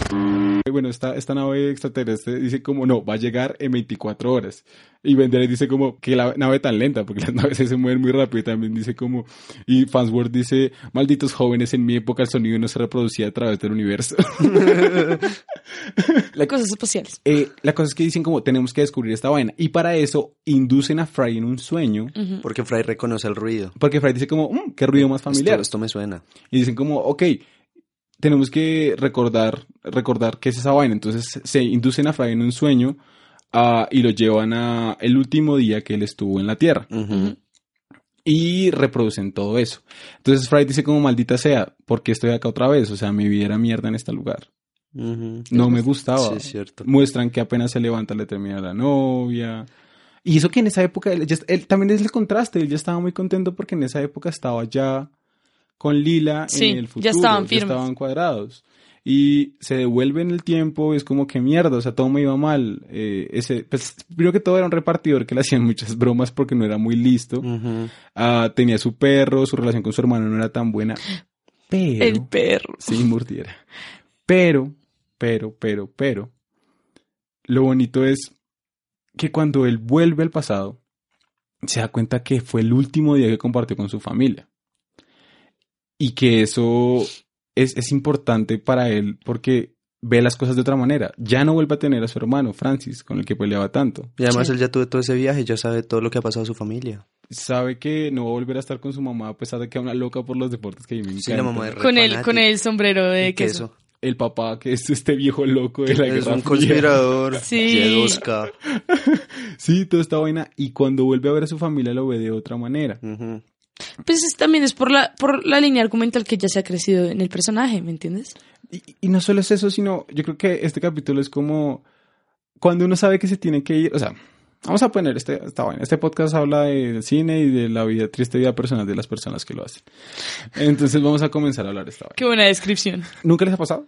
Speaker 2: Bueno, esta, esta nave extraterrestre dice como, no, va a llegar en 24 horas. Y Vendere dice como, que la nave tan lenta, porque las naves se mueven muy rápido. Y también dice como, y Fansworth dice, malditos jóvenes, en mi época el sonido no se reproducía a través del universo.
Speaker 3: Cosas espaciales.
Speaker 2: Eh, la cosa es que dicen como, tenemos que descubrir esta vaina. Y para eso inducen a Fry en un sueño.
Speaker 3: Ujú.
Speaker 4: Porque Fry reconoce el ruido.
Speaker 2: Porque Fry dice como, "Mm, qué ruido más familiar.
Speaker 4: Esto, esto me suena.
Speaker 2: Y dicen como, ok, tenemos que recordar, recordar qué es esa vaina. Entonces se inducen a Fry en un sueño ah, y lo llevan a el último día que él estuvo en la Tierra.
Speaker 4: Ujú.
Speaker 2: Y reproducen todo eso. Entonces Fry dice como, maldita sea, ¿por qué estoy acá otra vez? O sea, mi vida era mierda en este lugar.
Speaker 4: Ujú.
Speaker 2: No me gustaba.
Speaker 4: Sí, es cierto.
Speaker 2: Muestran que apenas se levanta le termina la novia. Y eso que en esa época, él, ya- él- también es el contraste, él ya estaba muy contento porque en esa época estaba ya con Lila
Speaker 3: Sí,
Speaker 2: en el
Speaker 3: ya
Speaker 2: futuro.
Speaker 3: estaban firmes.
Speaker 2: estaban cuadrados. Y se devuelve en el tiempo y es como que mierda, o sea, todo me iba mal. Eh, ese, pues, primero que todo era un repartidor que le hacían muchas bromas porque no era muy listo.
Speaker 3: Mm.
Speaker 4: Ujú.
Speaker 2: Ah, tenía su perro, su relación con su hermano no era tan buena. Pero...
Speaker 3: El perro.
Speaker 2: Sí, mordiera. Pero, pero, pero, pero, lo bonito es que cuando él vuelve al pasado, se da cuenta que fue el último día que compartió con su familia. Y que eso es, es importante para él porque ve las cosas de otra manera. Ya no vuelve a tener a su hermano, Francis, con el que peleaba tanto.
Speaker 4: Y además
Speaker 3: Sí.
Speaker 4: él ya tuvo todo ese viaje, ya sabe todo lo que ha pasado a su familia.
Speaker 2: Sabe que no va a volver a estar con su mamá a pesar de que es una loca por los deportes que a mí me
Speaker 4: Sí, la
Speaker 2: encantan.
Speaker 4: mamá de re
Speaker 3: Con el,
Speaker 4: fanática.
Speaker 3: con el eh, sombrero de
Speaker 4: Y
Speaker 3: queso.
Speaker 4: queso.
Speaker 2: El papá, que es este viejo loco de la
Speaker 4: Es
Speaker 2: guerra
Speaker 4: un
Speaker 2: Fría.
Speaker 4: conspirador.
Speaker 3: Sí.
Speaker 4: Yedosca.
Speaker 2: Sí, toda esta vaina. Y cuando vuelve a ver a su familia lo ve de otra manera.
Speaker 4: Ujú.
Speaker 3: Pues es- también es por la, por la línea argumental que ya se ha crecido en el personaje, ¿me entiendes?
Speaker 2: Y, y no solo es eso, sino yo creo que este capítulo es como cuando uno sabe que se tiene que ir. O sea, vamos a poner este, esta vaina. Este podcast habla de- del cine y de la vida, triste vida personal de las personas que lo hacen. Entonces vamos a comenzar a hablar de esta vaina.
Speaker 3: Qué buena descripción.
Speaker 2: ¿Nunca les ha pasado?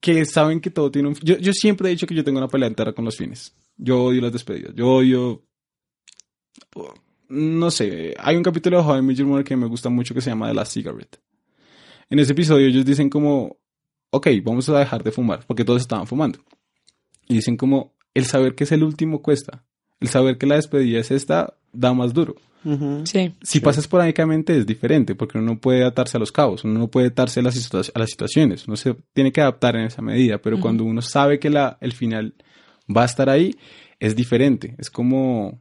Speaker 2: Que saben que todo tiene un... Yo, yo siempre he dicho que yo tengo una pelea entera con los fines. Yo odio las despedidas. Yo odio... No sé. Hay un capítulo de How I Met Your Mother que me gusta mucho que se llama The Last Cigarette. En ese episodio ellos dicen como... Ok, vamos a dejar de fumar. Porque todos estaban fumando. Y dicen como... El saber que es el último cuesta. El saber que la despedida es esta da más duro.
Speaker 4: Ujú.
Speaker 3: Sí.
Speaker 2: Si pasa esporádicamente es diferente, porque uno no puede atarse a los cabos, uno no puede atarse a las, situa- a las situaciones, uno se tiene que adaptar en esa medida, pero
Speaker 3: Ujú.
Speaker 2: cuando uno sabe que la, el final va a estar ahí, es diferente. Es como,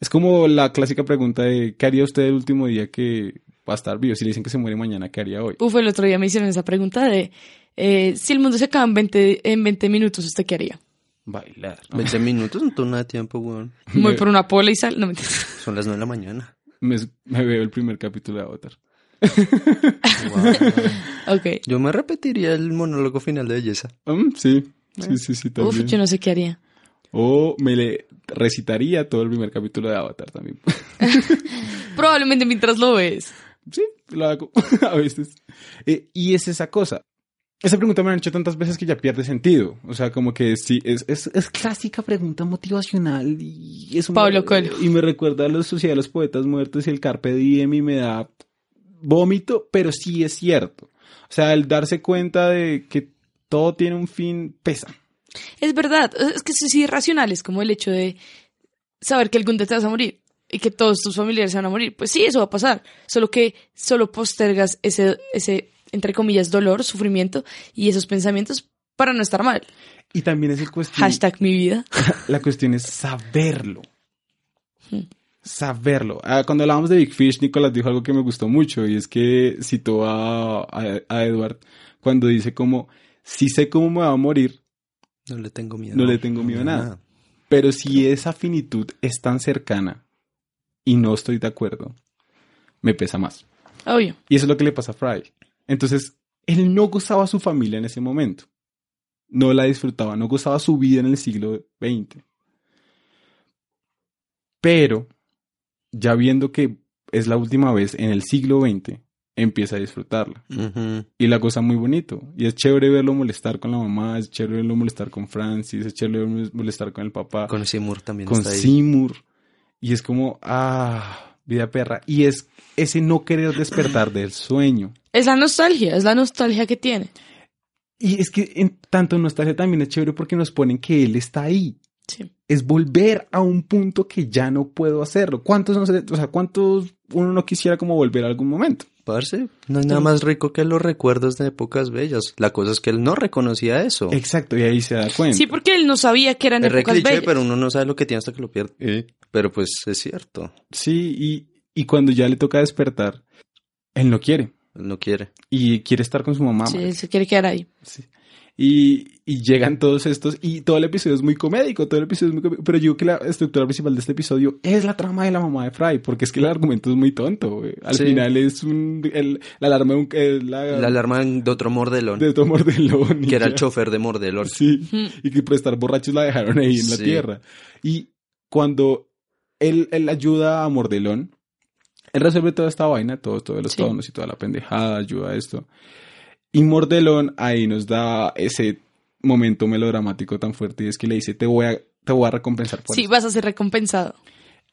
Speaker 2: es como la clásica pregunta de ¿qué haría usted el último día que va a estar vivo? Si le dicen que se muere mañana, ¿qué haría hoy?
Speaker 3: Uf, el otro día me hicieron esa pregunta de eh, si el mundo se acaba en 20, en 20 minutos, ¿usted qué haría?
Speaker 2: Bailar.
Speaker 4: 20 minutos, no tengo nada de tiempo, weón.
Speaker 2: Me-
Speaker 3: Voy por una pola y sal. No me
Speaker 4: Son las 9 de la mañana.
Speaker 2: Me, me veo el primer capítulo de Avatar.
Speaker 3: Ok.
Speaker 4: Yo me repetiría el monólogo final de belleza.
Speaker 2: Mm, sí, sí, sí, sí, también.
Speaker 3: Uf, yo no sé qué haría.
Speaker 2: O me le recitaría todo el primer capítulo de Avatar también.
Speaker 3: Probablemente mientras lo ves.
Speaker 2: Sí, lo hago a veces. Eh, y es esa cosa. Esa pregunta me la han hecho tantas veces que ya pierde sentido. O sea, como que sí, es, es, es clásica pregunta motivacional y es un-
Speaker 3: Pablo Coelho.
Speaker 2: Y me recuerda a la sociedad de los poetas muertos y el carpe diem y me da vómito, pero sí es cierto. O sea, el darse cuenta de que todo tiene un fin pesa.
Speaker 3: Es verdad, es que eso es irracional, es como el hecho de saber que algún día te vas a morir y que todos tus familiares se van a morir. Pues sí, eso va a pasar, solo que solo postergas ese, ese entre comillas, dolor, sufrimiento y esos pensamientos para no estar mal.
Speaker 2: Y también es el
Speaker 4: Mm.
Speaker 2: cuestión.
Speaker 3: Hashtag mi vida.
Speaker 2: La cuestión es saberlo.
Speaker 3: Hmm.
Speaker 2: Saberlo. Ah, cuando hablábamos de Big Fish, Nicolás dijo algo que me gustó mucho y es que citó a, a, a Edward cuando dice como, si sé cómo me va a morir,
Speaker 4: No le tengo miedo.
Speaker 2: No le tengo miedo a nada. pero si esa finitud es tan cercana y no estoy de acuerdo, me pesa más.
Speaker 3: Obvio.
Speaker 2: Y eso es lo que le pasa a Fry. Entonces, él no gozaba a su familia en ese momento. No la disfrutaba, no gozaba su vida en el siglo XX. Pero, ya viendo que es la última vez en el siglo XX, empieza a disfrutarla.
Speaker 4: Ujú.
Speaker 2: Y la cosa muy bonito. Y es chévere verlo molestar con la mamá, es chévere verlo molestar con Francis, es chévere verlo molestar con el papá, con,
Speaker 4: Con Seymour también está ahí.
Speaker 2: Seymour. Y es como, ah, vida perra. Y es ese no querer despertar del sueño.
Speaker 3: Es la nostalgia, es la nostalgia que tiene.
Speaker 2: Y es que en tanto nostalgia también es chévere porque nos ponen que él está ahí.
Speaker 3: Sí.
Speaker 2: Es volver a un punto que ya no puedo hacerlo. ¿Cuántos no se- o sea, cuántos uno no quisiera como volver a algún momento?
Speaker 4: Parce, no hay nada más rico que los recuerdos de épocas bellas. La cosa es que él no reconocía eso.
Speaker 2: Exacto, y ahí se da cuenta.
Speaker 3: Sí, porque él no sabía que eran
Speaker 4: Es re
Speaker 3: épocas
Speaker 4: cliché,
Speaker 3: bellas.
Speaker 4: pero uno no sabe lo que tiene hasta que lo pierde. Pero pues es cierto,
Speaker 2: Sí, y, y cuando ya le toca despertar, él no quiere.
Speaker 4: él no quiere.
Speaker 2: Y quiere estar con su mamá.
Speaker 3: Sí,
Speaker 2: marica.
Speaker 3: él se quiere quedar ahí.
Speaker 2: Sí. Y, y llegan todos estos, y todo el episodio es muy comédico, todo el episodio es muy comédico, pero yo creo que la estructura principal de este episodio es la trama de la mamá de Fry, porque es que el argumento es muy tonto, güey. Al
Speaker 4: Sí.
Speaker 2: final es un, el, la alarma de un, eh, la,
Speaker 4: La alarma de otro mordelón,
Speaker 2: de otro mordelón. y
Speaker 4: que era el
Speaker 2: ya.
Speaker 4: chofer de mordelón.
Speaker 2: Sí,
Speaker 3: Mm.
Speaker 2: y que por estar borrachos la dejaron ahí en la
Speaker 4: Sí.
Speaker 2: tierra. Y cuando él, él ayuda a Mordelón, él resuelve toda esta vaina, todos todos los
Speaker 3: Sí.
Speaker 2: tonos y toda la pendejada, ayuda a esto. Y Mordelón ahí nos da ese momento melodramático tan fuerte y es que le dice, te voy a, te voy a recompensar por
Speaker 3: Sí,
Speaker 2: esto".
Speaker 3: vas a ser recompensado.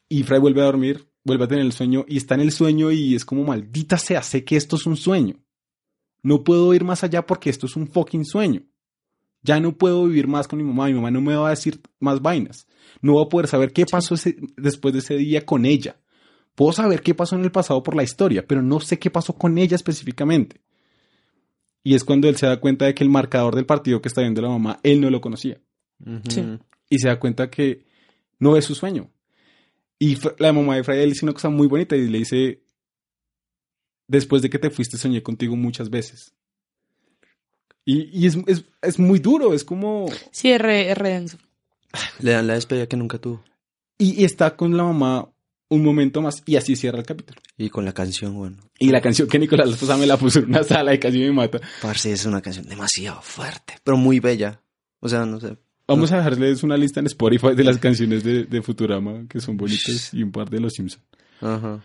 Speaker 2: Y Fry vuelve a dormir, vuelve a tener el sueño y está en el sueño y es como, maldita sea, sé que esto es un sueño. No puedo ir más allá porque esto es un fucking sueño. Ya no puedo vivir más con mi mamá, mi mamá no me va a decir más vainas. No voy a poder saber qué pasó ese- después de ese día con ella. Puedo saber qué pasó en el pasado por la historia, pero no sé qué pasó con ella específicamente. Y es cuando él se da cuenta de que el marcador del partido que está viendo la mamá, él no lo conocía
Speaker 4: Ujú.
Speaker 3: Sí.
Speaker 2: y se da cuenta que no es su sueño. Y Fr- la mamá de Fray le dice una cosa muy bonita y le dice, después de que te fuiste soñé contigo muchas veces. Y, y es, es- es muy duro, es como...
Speaker 3: Sí, es re, es re denso.
Speaker 4: Le dan la despedida que nunca tuvo.
Speaker 2: Y, y está con la mamá un momento más y así cierra el capítulo.
Speaker 4: Y con la canción, bueno.
Speaker 2: Y la canción que Nicolás López me la puso en una sala y casi me mata.
Speaker 4: Parce, es una canción demasiado fuerte, pero muy bella. O sea, no sé.
Speaker 2: Vamos a dejarles una lista en Spotify de las canciones de, de Futurama que son bonitas y un par de Los Simpsons.
Speaker 4: Ajá.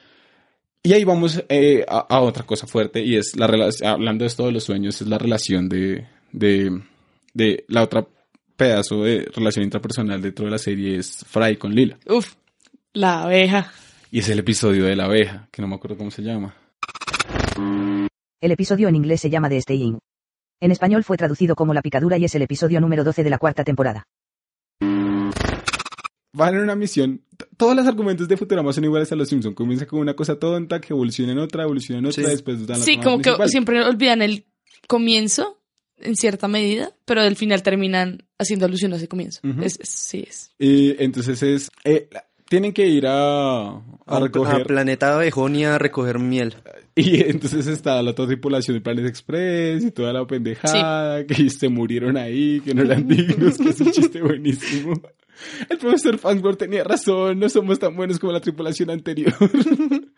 Speaker 2: Y ahí vamos eh, a, a otra cosa fuerte y es la relación, hablando de esto de los sueños, es la relación de, de, de la otra pedazo de relación intrapersonal dentro de la serie es Fry con Lila.
Speaker 3: Uf, la abeja.
Speaker 2: Y es el episodio de la abeja, que no me acuerdo cómo se llama.
Speaker 5: El episodio en inglés se llama The Staying. En español fue traducido como La Picadura y es el episodio número 12 de la cuarta temporada.
Speaker 2: Van en una misión. T- Todos los argumentos de Futurama son iguales a los Simpsons. Comienza con una cosa tonta, que evoluciona en otra, evoluciona en otra,
Speaker 4: Sí.
Speaker 2: después dan la
Speaker 3: Sí,
Speaker 2: trama
Speaker 3: como que
Speaker 2: principal.
Speaker 3: siempre olvidan el comienzo, en cierta medida, pero al final terminan haciendo alusión a ese comienzo.
Speaker 2: Ujú.
Speaker 3: Es- es- sí, es.
Speaker 2: Y entonces es... eh, la- tienen que ir a, a
Speaker 4: A, un-
Speaker 2: recoger...
Speaker 4: a Planeta Abejonia a recoger miel.
Speaker 2: Y entonces está la otra tripulación de Planes Express y toda la pendejada, que se murieron ahí, que no eran dignos, que es un chiste buenísimo. El profesor Fangor tenía razón, no somos tan buenos como la tripulación anterior.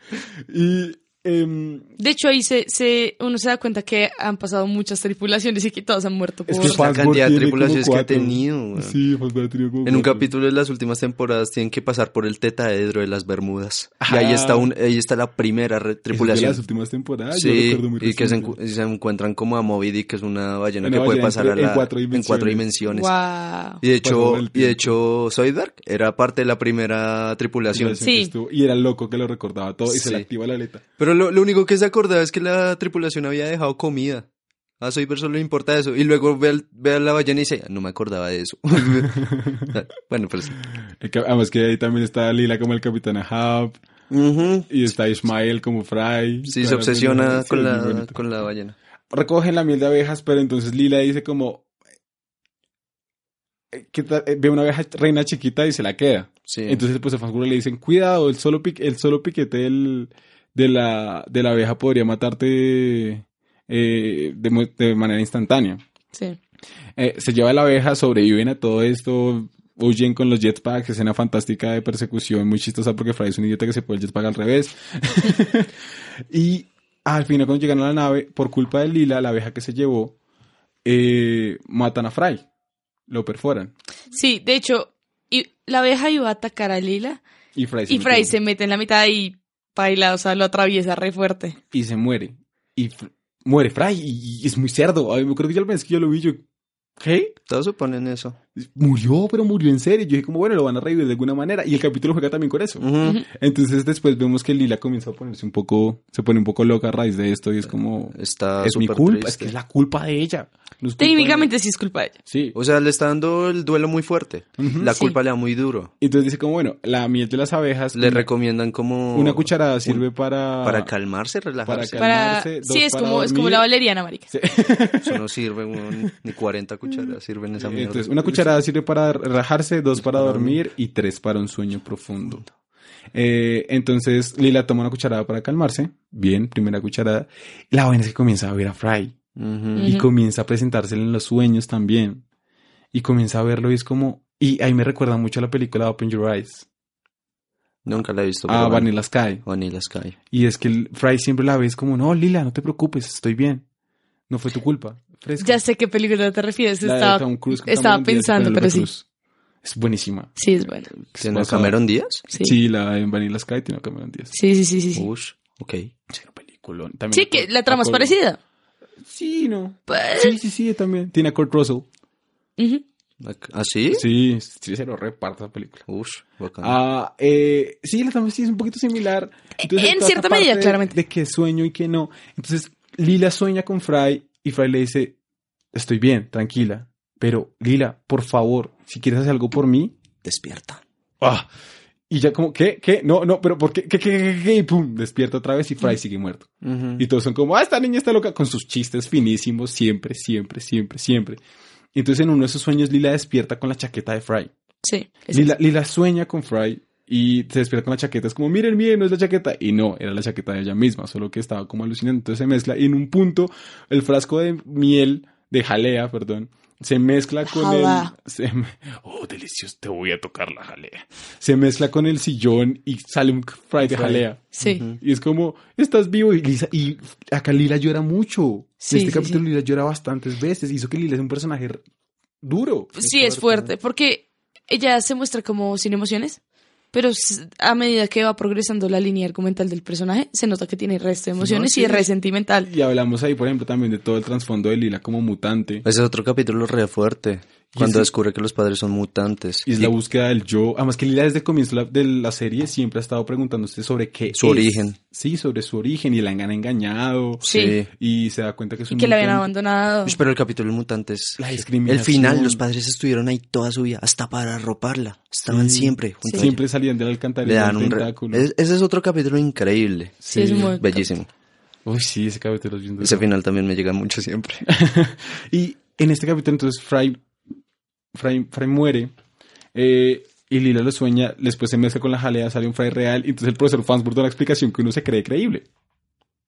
Speaker 2: y em,
Speaker 3: De hecho, ahí se, se, uno se da cuenta que han pasado muchas tripulaciones y que todos han muerto por...
Speaker 2: es que
Speaker 4: la
Speaker 2: Fangor
Speaker 4: cantidad de
Speaker 2: tiene
Speaker 4: tripulaciones
Speaker 2: como
Speaker 4: que ha
Speaker 2: cuatro.
Speaker 4: tenido, weón.
Speaker 2: Sí, Fangor ha tenido como
Speaker 4: En un
Speaker 2: cuatro.
Speaker 4: capítulo de las últimas temporadas tienen que pasar por el tetaedro de las Bermudas. Y
Speaker 2: Ah.
Speaker 4: ahí está un, ahí está la primera
Speaker 2: Ese
Speaker 4: re-
Speaker 2: es de
Speaker 4: tripulación.
Speaker 2: las últimas temporadas, yo
Speaker 4: sí,
Speaker 2: recuerdo muy
Speaker 4: y que se,
Speaker 2: reciente.
Speaker 4: encu- y se encuentran como a Moby Dick, que es una ballena
Speaker 2: Una
Speaker 4: que puede
Speaker 2: ballena
Speaker 4: pasar
Speaker 2: en-
Speaker 4: a la-
Speaker 2: en cuatro
Speaker 4: en cuatro
Speaker 2: dimensiones.
Speaker 4: dimensiones.
Speaker 3: Wow.
Speaker 4: Y de
Speaker 2: Pasó
Speaker 4: hecho,
Speaker 2: el
Speaker 4: y de
Speaker 2: tiempo.
Speaker 4: hecho, Zoidberg era parte de la primera tripulación.
Speaker 2: Tripulación que
Speaker 3: Sí.
Speaker 2: estuvo- Y era loco que lo recordaba todo y se le
Speaker 4: Sí.
Speaker 2: activa la aleta.
Speaker 4: Pero lo, lo único que se acordaba es que la tripulación había dejado comida. A Zoidberg solo le importa eso. Y luego ve, al- ve a la ballena y dice, "Ah, no me acordaba de eso. bueno, pues...
Speaker 2: El cap- Además que ahí también está Lila como el Capitana Hub.
Speaker 4: ujú.
Speaker 2: Y está Ismael como Fry.
Speaker 4: Sí,
Speaker 2: Toda
Speaker 4: se
Speaker 2: la
Speaker 4: obsesiona
Speaker 2: pendeja. Sí,
Speaker 4: con
Speaker 2: es muy
Speaker 4: la,
Speaker 2: bonito.
Speaker 4: con la ballena.
Speaker 2: Recogen la miel de abejas, pero entonces Lila dice como... eh, ¿qué tal? Eh, Ve una abeja reina chiquita y se la queda.
Speaker 4: Sí.
Speaker 2: Entonces pues a Fanguro le dicen, cuidado, el solo, pique, el solo piquete del- de, la, de la abeja podría matarte eh, de, mu- de manera instantánea.
Speaker 3: Sí.
Speaker 2: Eh, se lleva la abeja, sobreviven a todo esto, huyen con los jetpacks, escena fantástica de persecución, muy chistosa porque Fry es un idiota que se pone el jetpack al revés. y al final cuando llegan a la nave, por culpa de Lila, la abeja que se llevó, eh, matan a Fry, lo perforan.
Speaker 3: Sí, de hecho, y, la abeja iba a atacar a Lila
Speaker 2: Y Fry se,
Speaker 3: y
Speaker 2: mete
Speaker 3: Fry
Speaker 2: en-
Speaker 3: se mete en la mitad y Paila, o sea, lo atraviesa re fuerte.
Speaker 2: y se muere. Y fr- muere Fry y, y es muy cerdo. Ay, me acuerdo que yo al mes que yo lo vi, yo, ¿qué?
Speaker 4: Todos suponen eso.
Speaker 2: Murió, pero murió en serio. Yo dije, como bueno, lo van a revivir de alguna manera. Y el capítulo juega también con eso.
Speaker 4: Ujú.
Speaker 2: Entonces después vemos que Lila comienza a ponerse un poco, se pone un poco loca a raíz de esto y es como,
Speaker 4: Está
Speaker 2: es mi
Speaker 4: súper
Speaker 2: culpa, es
Speaker 4: triste.
Speaker 2: que es la culpa de ella. No es culpa de-
Speaker 3: Técnicamente sí es culpa de ella.
Speaker 2: Sí.
Speaker 4: O sea, le está dando el duelo muy fuerte.
Speaker 2: Ujú.
Speaker 4: La
Speaker 3: Sí.
Speaker 4: culpa le da muy duro.
Speaker 2: Entonces dice como, bueno, la miel de las abejas,
Speaker 4: Le
Speaker 2: una,
Speaker 4: recomiendan como...
Speaker 2: Mm. una cucharada sirve para...
Speaker 4: Para calmarse, relajarse.
Speaker 2: cal-
Speaker 3: Para...
Speaker 2: Calmarse, dos
Speaker 3: Sí, es
Speaker 2: para
Speaker 3: como, es como
Speaker 2: dormir.
Speaker 3: la valeriana, marica.
Speaker 2: Sí.
Speaker 4: Eso no sirve, weón. Ni 40 cucharadas sirven esa mierda.
Speaker 2: Entonces, una cucharada sirve para relajarse, dos para dormir y tres para un sueño profundo. Eh, entonces, Lila toma una cucharada para calmarse. Bien, primera cucharada. La vaina es que comienza a ver a Fry
Speaker 4: Ujú.
Speaker 2: y
Speaker 3: Ujú.
Speaker 2: comienza a presentársela en los sueños también. Y comienza a verlo y es como... Y ahí me recuerda mucho a la película Open Your Eyes,
Speaker 4: Nunca la he visto.
Speaker 2: a
Speaker 4: pero bueno.
Speaker 2: Vanilla Sky.
Speaker 4: Vanilla Sky.
Speaker 2: Y es que el Fry siempre la ves como, no, Lila, no te preocupes, estoy bien. No fue tu culpa. Fresca.
Speaker 3: Ya sé qué película te refieres.
Speaker 2: La de
Speaker 3: Estaba,
Speaker 2: Tom Cruise con
Speaker 3: estaba
Speaker 2: Cameron Díaz y
Speaker 3: pensando,
Speaker 2: Penélope
Speaker 3: pero sí.
Speaker 2: Cruz. Es buenísima.
Speaker 3: Sí, es buena.
Speaker 4: ¿Tiene
Speaker 2: Basada-
Speaker 4: Cameron Díaz?
Speaker 3: Sí, sí,
Speaker 2: Sí, la en Vanilla Sky tiene a Cameron Díaz.
Speaker 3: sí, sí. Sí, sí.
Speaker 4: Ush, ok.
Speaker 2: Sí, una película. También
Speaker 3: Sí,
Speaker 2: a
Speaker 3: que
Speaker 2: Kurt-
Speaker 3: la trama
Speaker 2: a
Speaker 3: es
Speaker 2: Kurt-
Speaker 3: parecida.
Speaker 2: Sí, no.
Speaker 3: Pues,
Speaker 2: Sí, sí, sí, también. Tiene a Kurt Russell.
Speaker 3: ujú.
Speaker 4: ¿Así?
Speaker 2: Sí, sí, se lo reparta esa película.
Speaker 4: ¿Ah, Ush, bacán.
Speaker 2: Ah, eh, sí, la trama sí es un poquito similar.
Speaker 3: En
Speaker 2: toda esta
Speaker 3: cierta medida,
Speaker 2: parte de-
Speaker 3: claramente.
Speaker 2: De que sueño y que no. Entonces, Lila sueña con Fry y Fry le dice, estoy bien, tranquila. Pero, Lila, por favor, si quieres hacer algo por mí,
Speaker 4: Despierta.
Speaker 2: Ah, y ya como, ¿qué? ¿Qué? No, no, pero ¿por qué? ¿Qué? ¿Qué? ¿Qué? qué? Y pum, despierta otra vez y Fry sigue muerto.
Speaker 3: Mm.
Speaker 2: Y todos son como, ah, esta niña está loca con sus chistes finísimos, siempre, siempre, siempre, siempre. Y entonces en uno de esos sueños Lila despierta con la chaqueta de Fry.
Speaker 3: Sí. es-
Speaker 2: Lila, Lila sueña con Fry y se despierta con la chaqueta. Es como, miren, miren, no es la chaqueta. Y no, era la chaqueta de ella misma, solo que estaba como alucinando. Entonces se mezcla y en un punto el frasco de miel, de jalea, perdón, se mezcla con el...
Speaker 3: Java.
Speaker 2: se me- oh, delicioso, te voy a tocar la jalea. Se mezcla con el sillón y sale un Fry de
Speaker 4: Fry.
Speaker 2: jalea.
Speaker 3: Sí.
Speaker 2: Y es como, estás vivo. Y, Lisa- y acá Lila llora mucho.
Speaker 3: Sí,
Speaker 2: en este
Speaker 3: sí,
Speaker 2: capítulo
Speaker 3: sí.
Speaker 2: Lila llora bastantes veces. Hizo que Lila es un personaje r- duro.
Speaker 3: Sí, es fuerte, porque ella se muestra como sin emociones, pero s- a medida que va progresando la línea argumental del personaje, se nota que tiene resto de emociones
Speaker 2: sí.
Speaker 3: y es re sentimental.
Speaker 2: Y hablamos ahí, por ejemplo, también de todo el trasfondo de Lila como mutante.
Speaker 4: Ese es otro capítulo re fuerte.
Speaker 2: Y ese-
Speaker 4: Cuando descubre que los padres son mutantes.
Speaker 2: Y es la búsqueda del yo. Además que Lila desde el comienzo la- de la serie siempre ha estado preguntándose sobre qué
Speaker 4: Su
Speaker 2: es.
Speaker 4: origen.
Speaker 2: Sí, sobre su origen y la han engañado.
Speaker 3: Sí.
Speaker 2: Y se da cuenta que es
Speaker 3: Y
Speaker 2: un
Speaker 3: que la habían
Speaker 2: mutante.
Speaker 3: abandonado.
Speaker 4: Ush, pero el capítulo de mutantes.
Speaker 2: La
Speaker 4: El
Speaker 2: discriminación.
Speaker 4: final, los padres estuvieron ahí toda su vida, hasta para arroparla. Estaban
Speaker 2: Sí.
Speaker 4: siempre junto a
Speaker 2: Siempre salían del
Speaker 4: ella. Le
Speaker 2: alcantarilla
Speaker 4: dan
Speaker 2: un
Speaker 4: un re-
Speaker 2: tentáculo.
Speaker 4: Es- Ese es otro capítulo increíble.
Speaker 3: Sí, es muy-
Speaker 4: Bellísimo.
Speaker 2: Uy, sí, ese capítulo es bien duro.
Speaker 4: Ese final también me llega mucho siempre.
Speaker 2: Y en este capítulo entonces Fry, Fry, Fry muere eh, y Lila lo sueña, después se mezcla con la jalea, sale un Fry real y entonces el profesor Fansburg da la explicación que uno se cree creíble.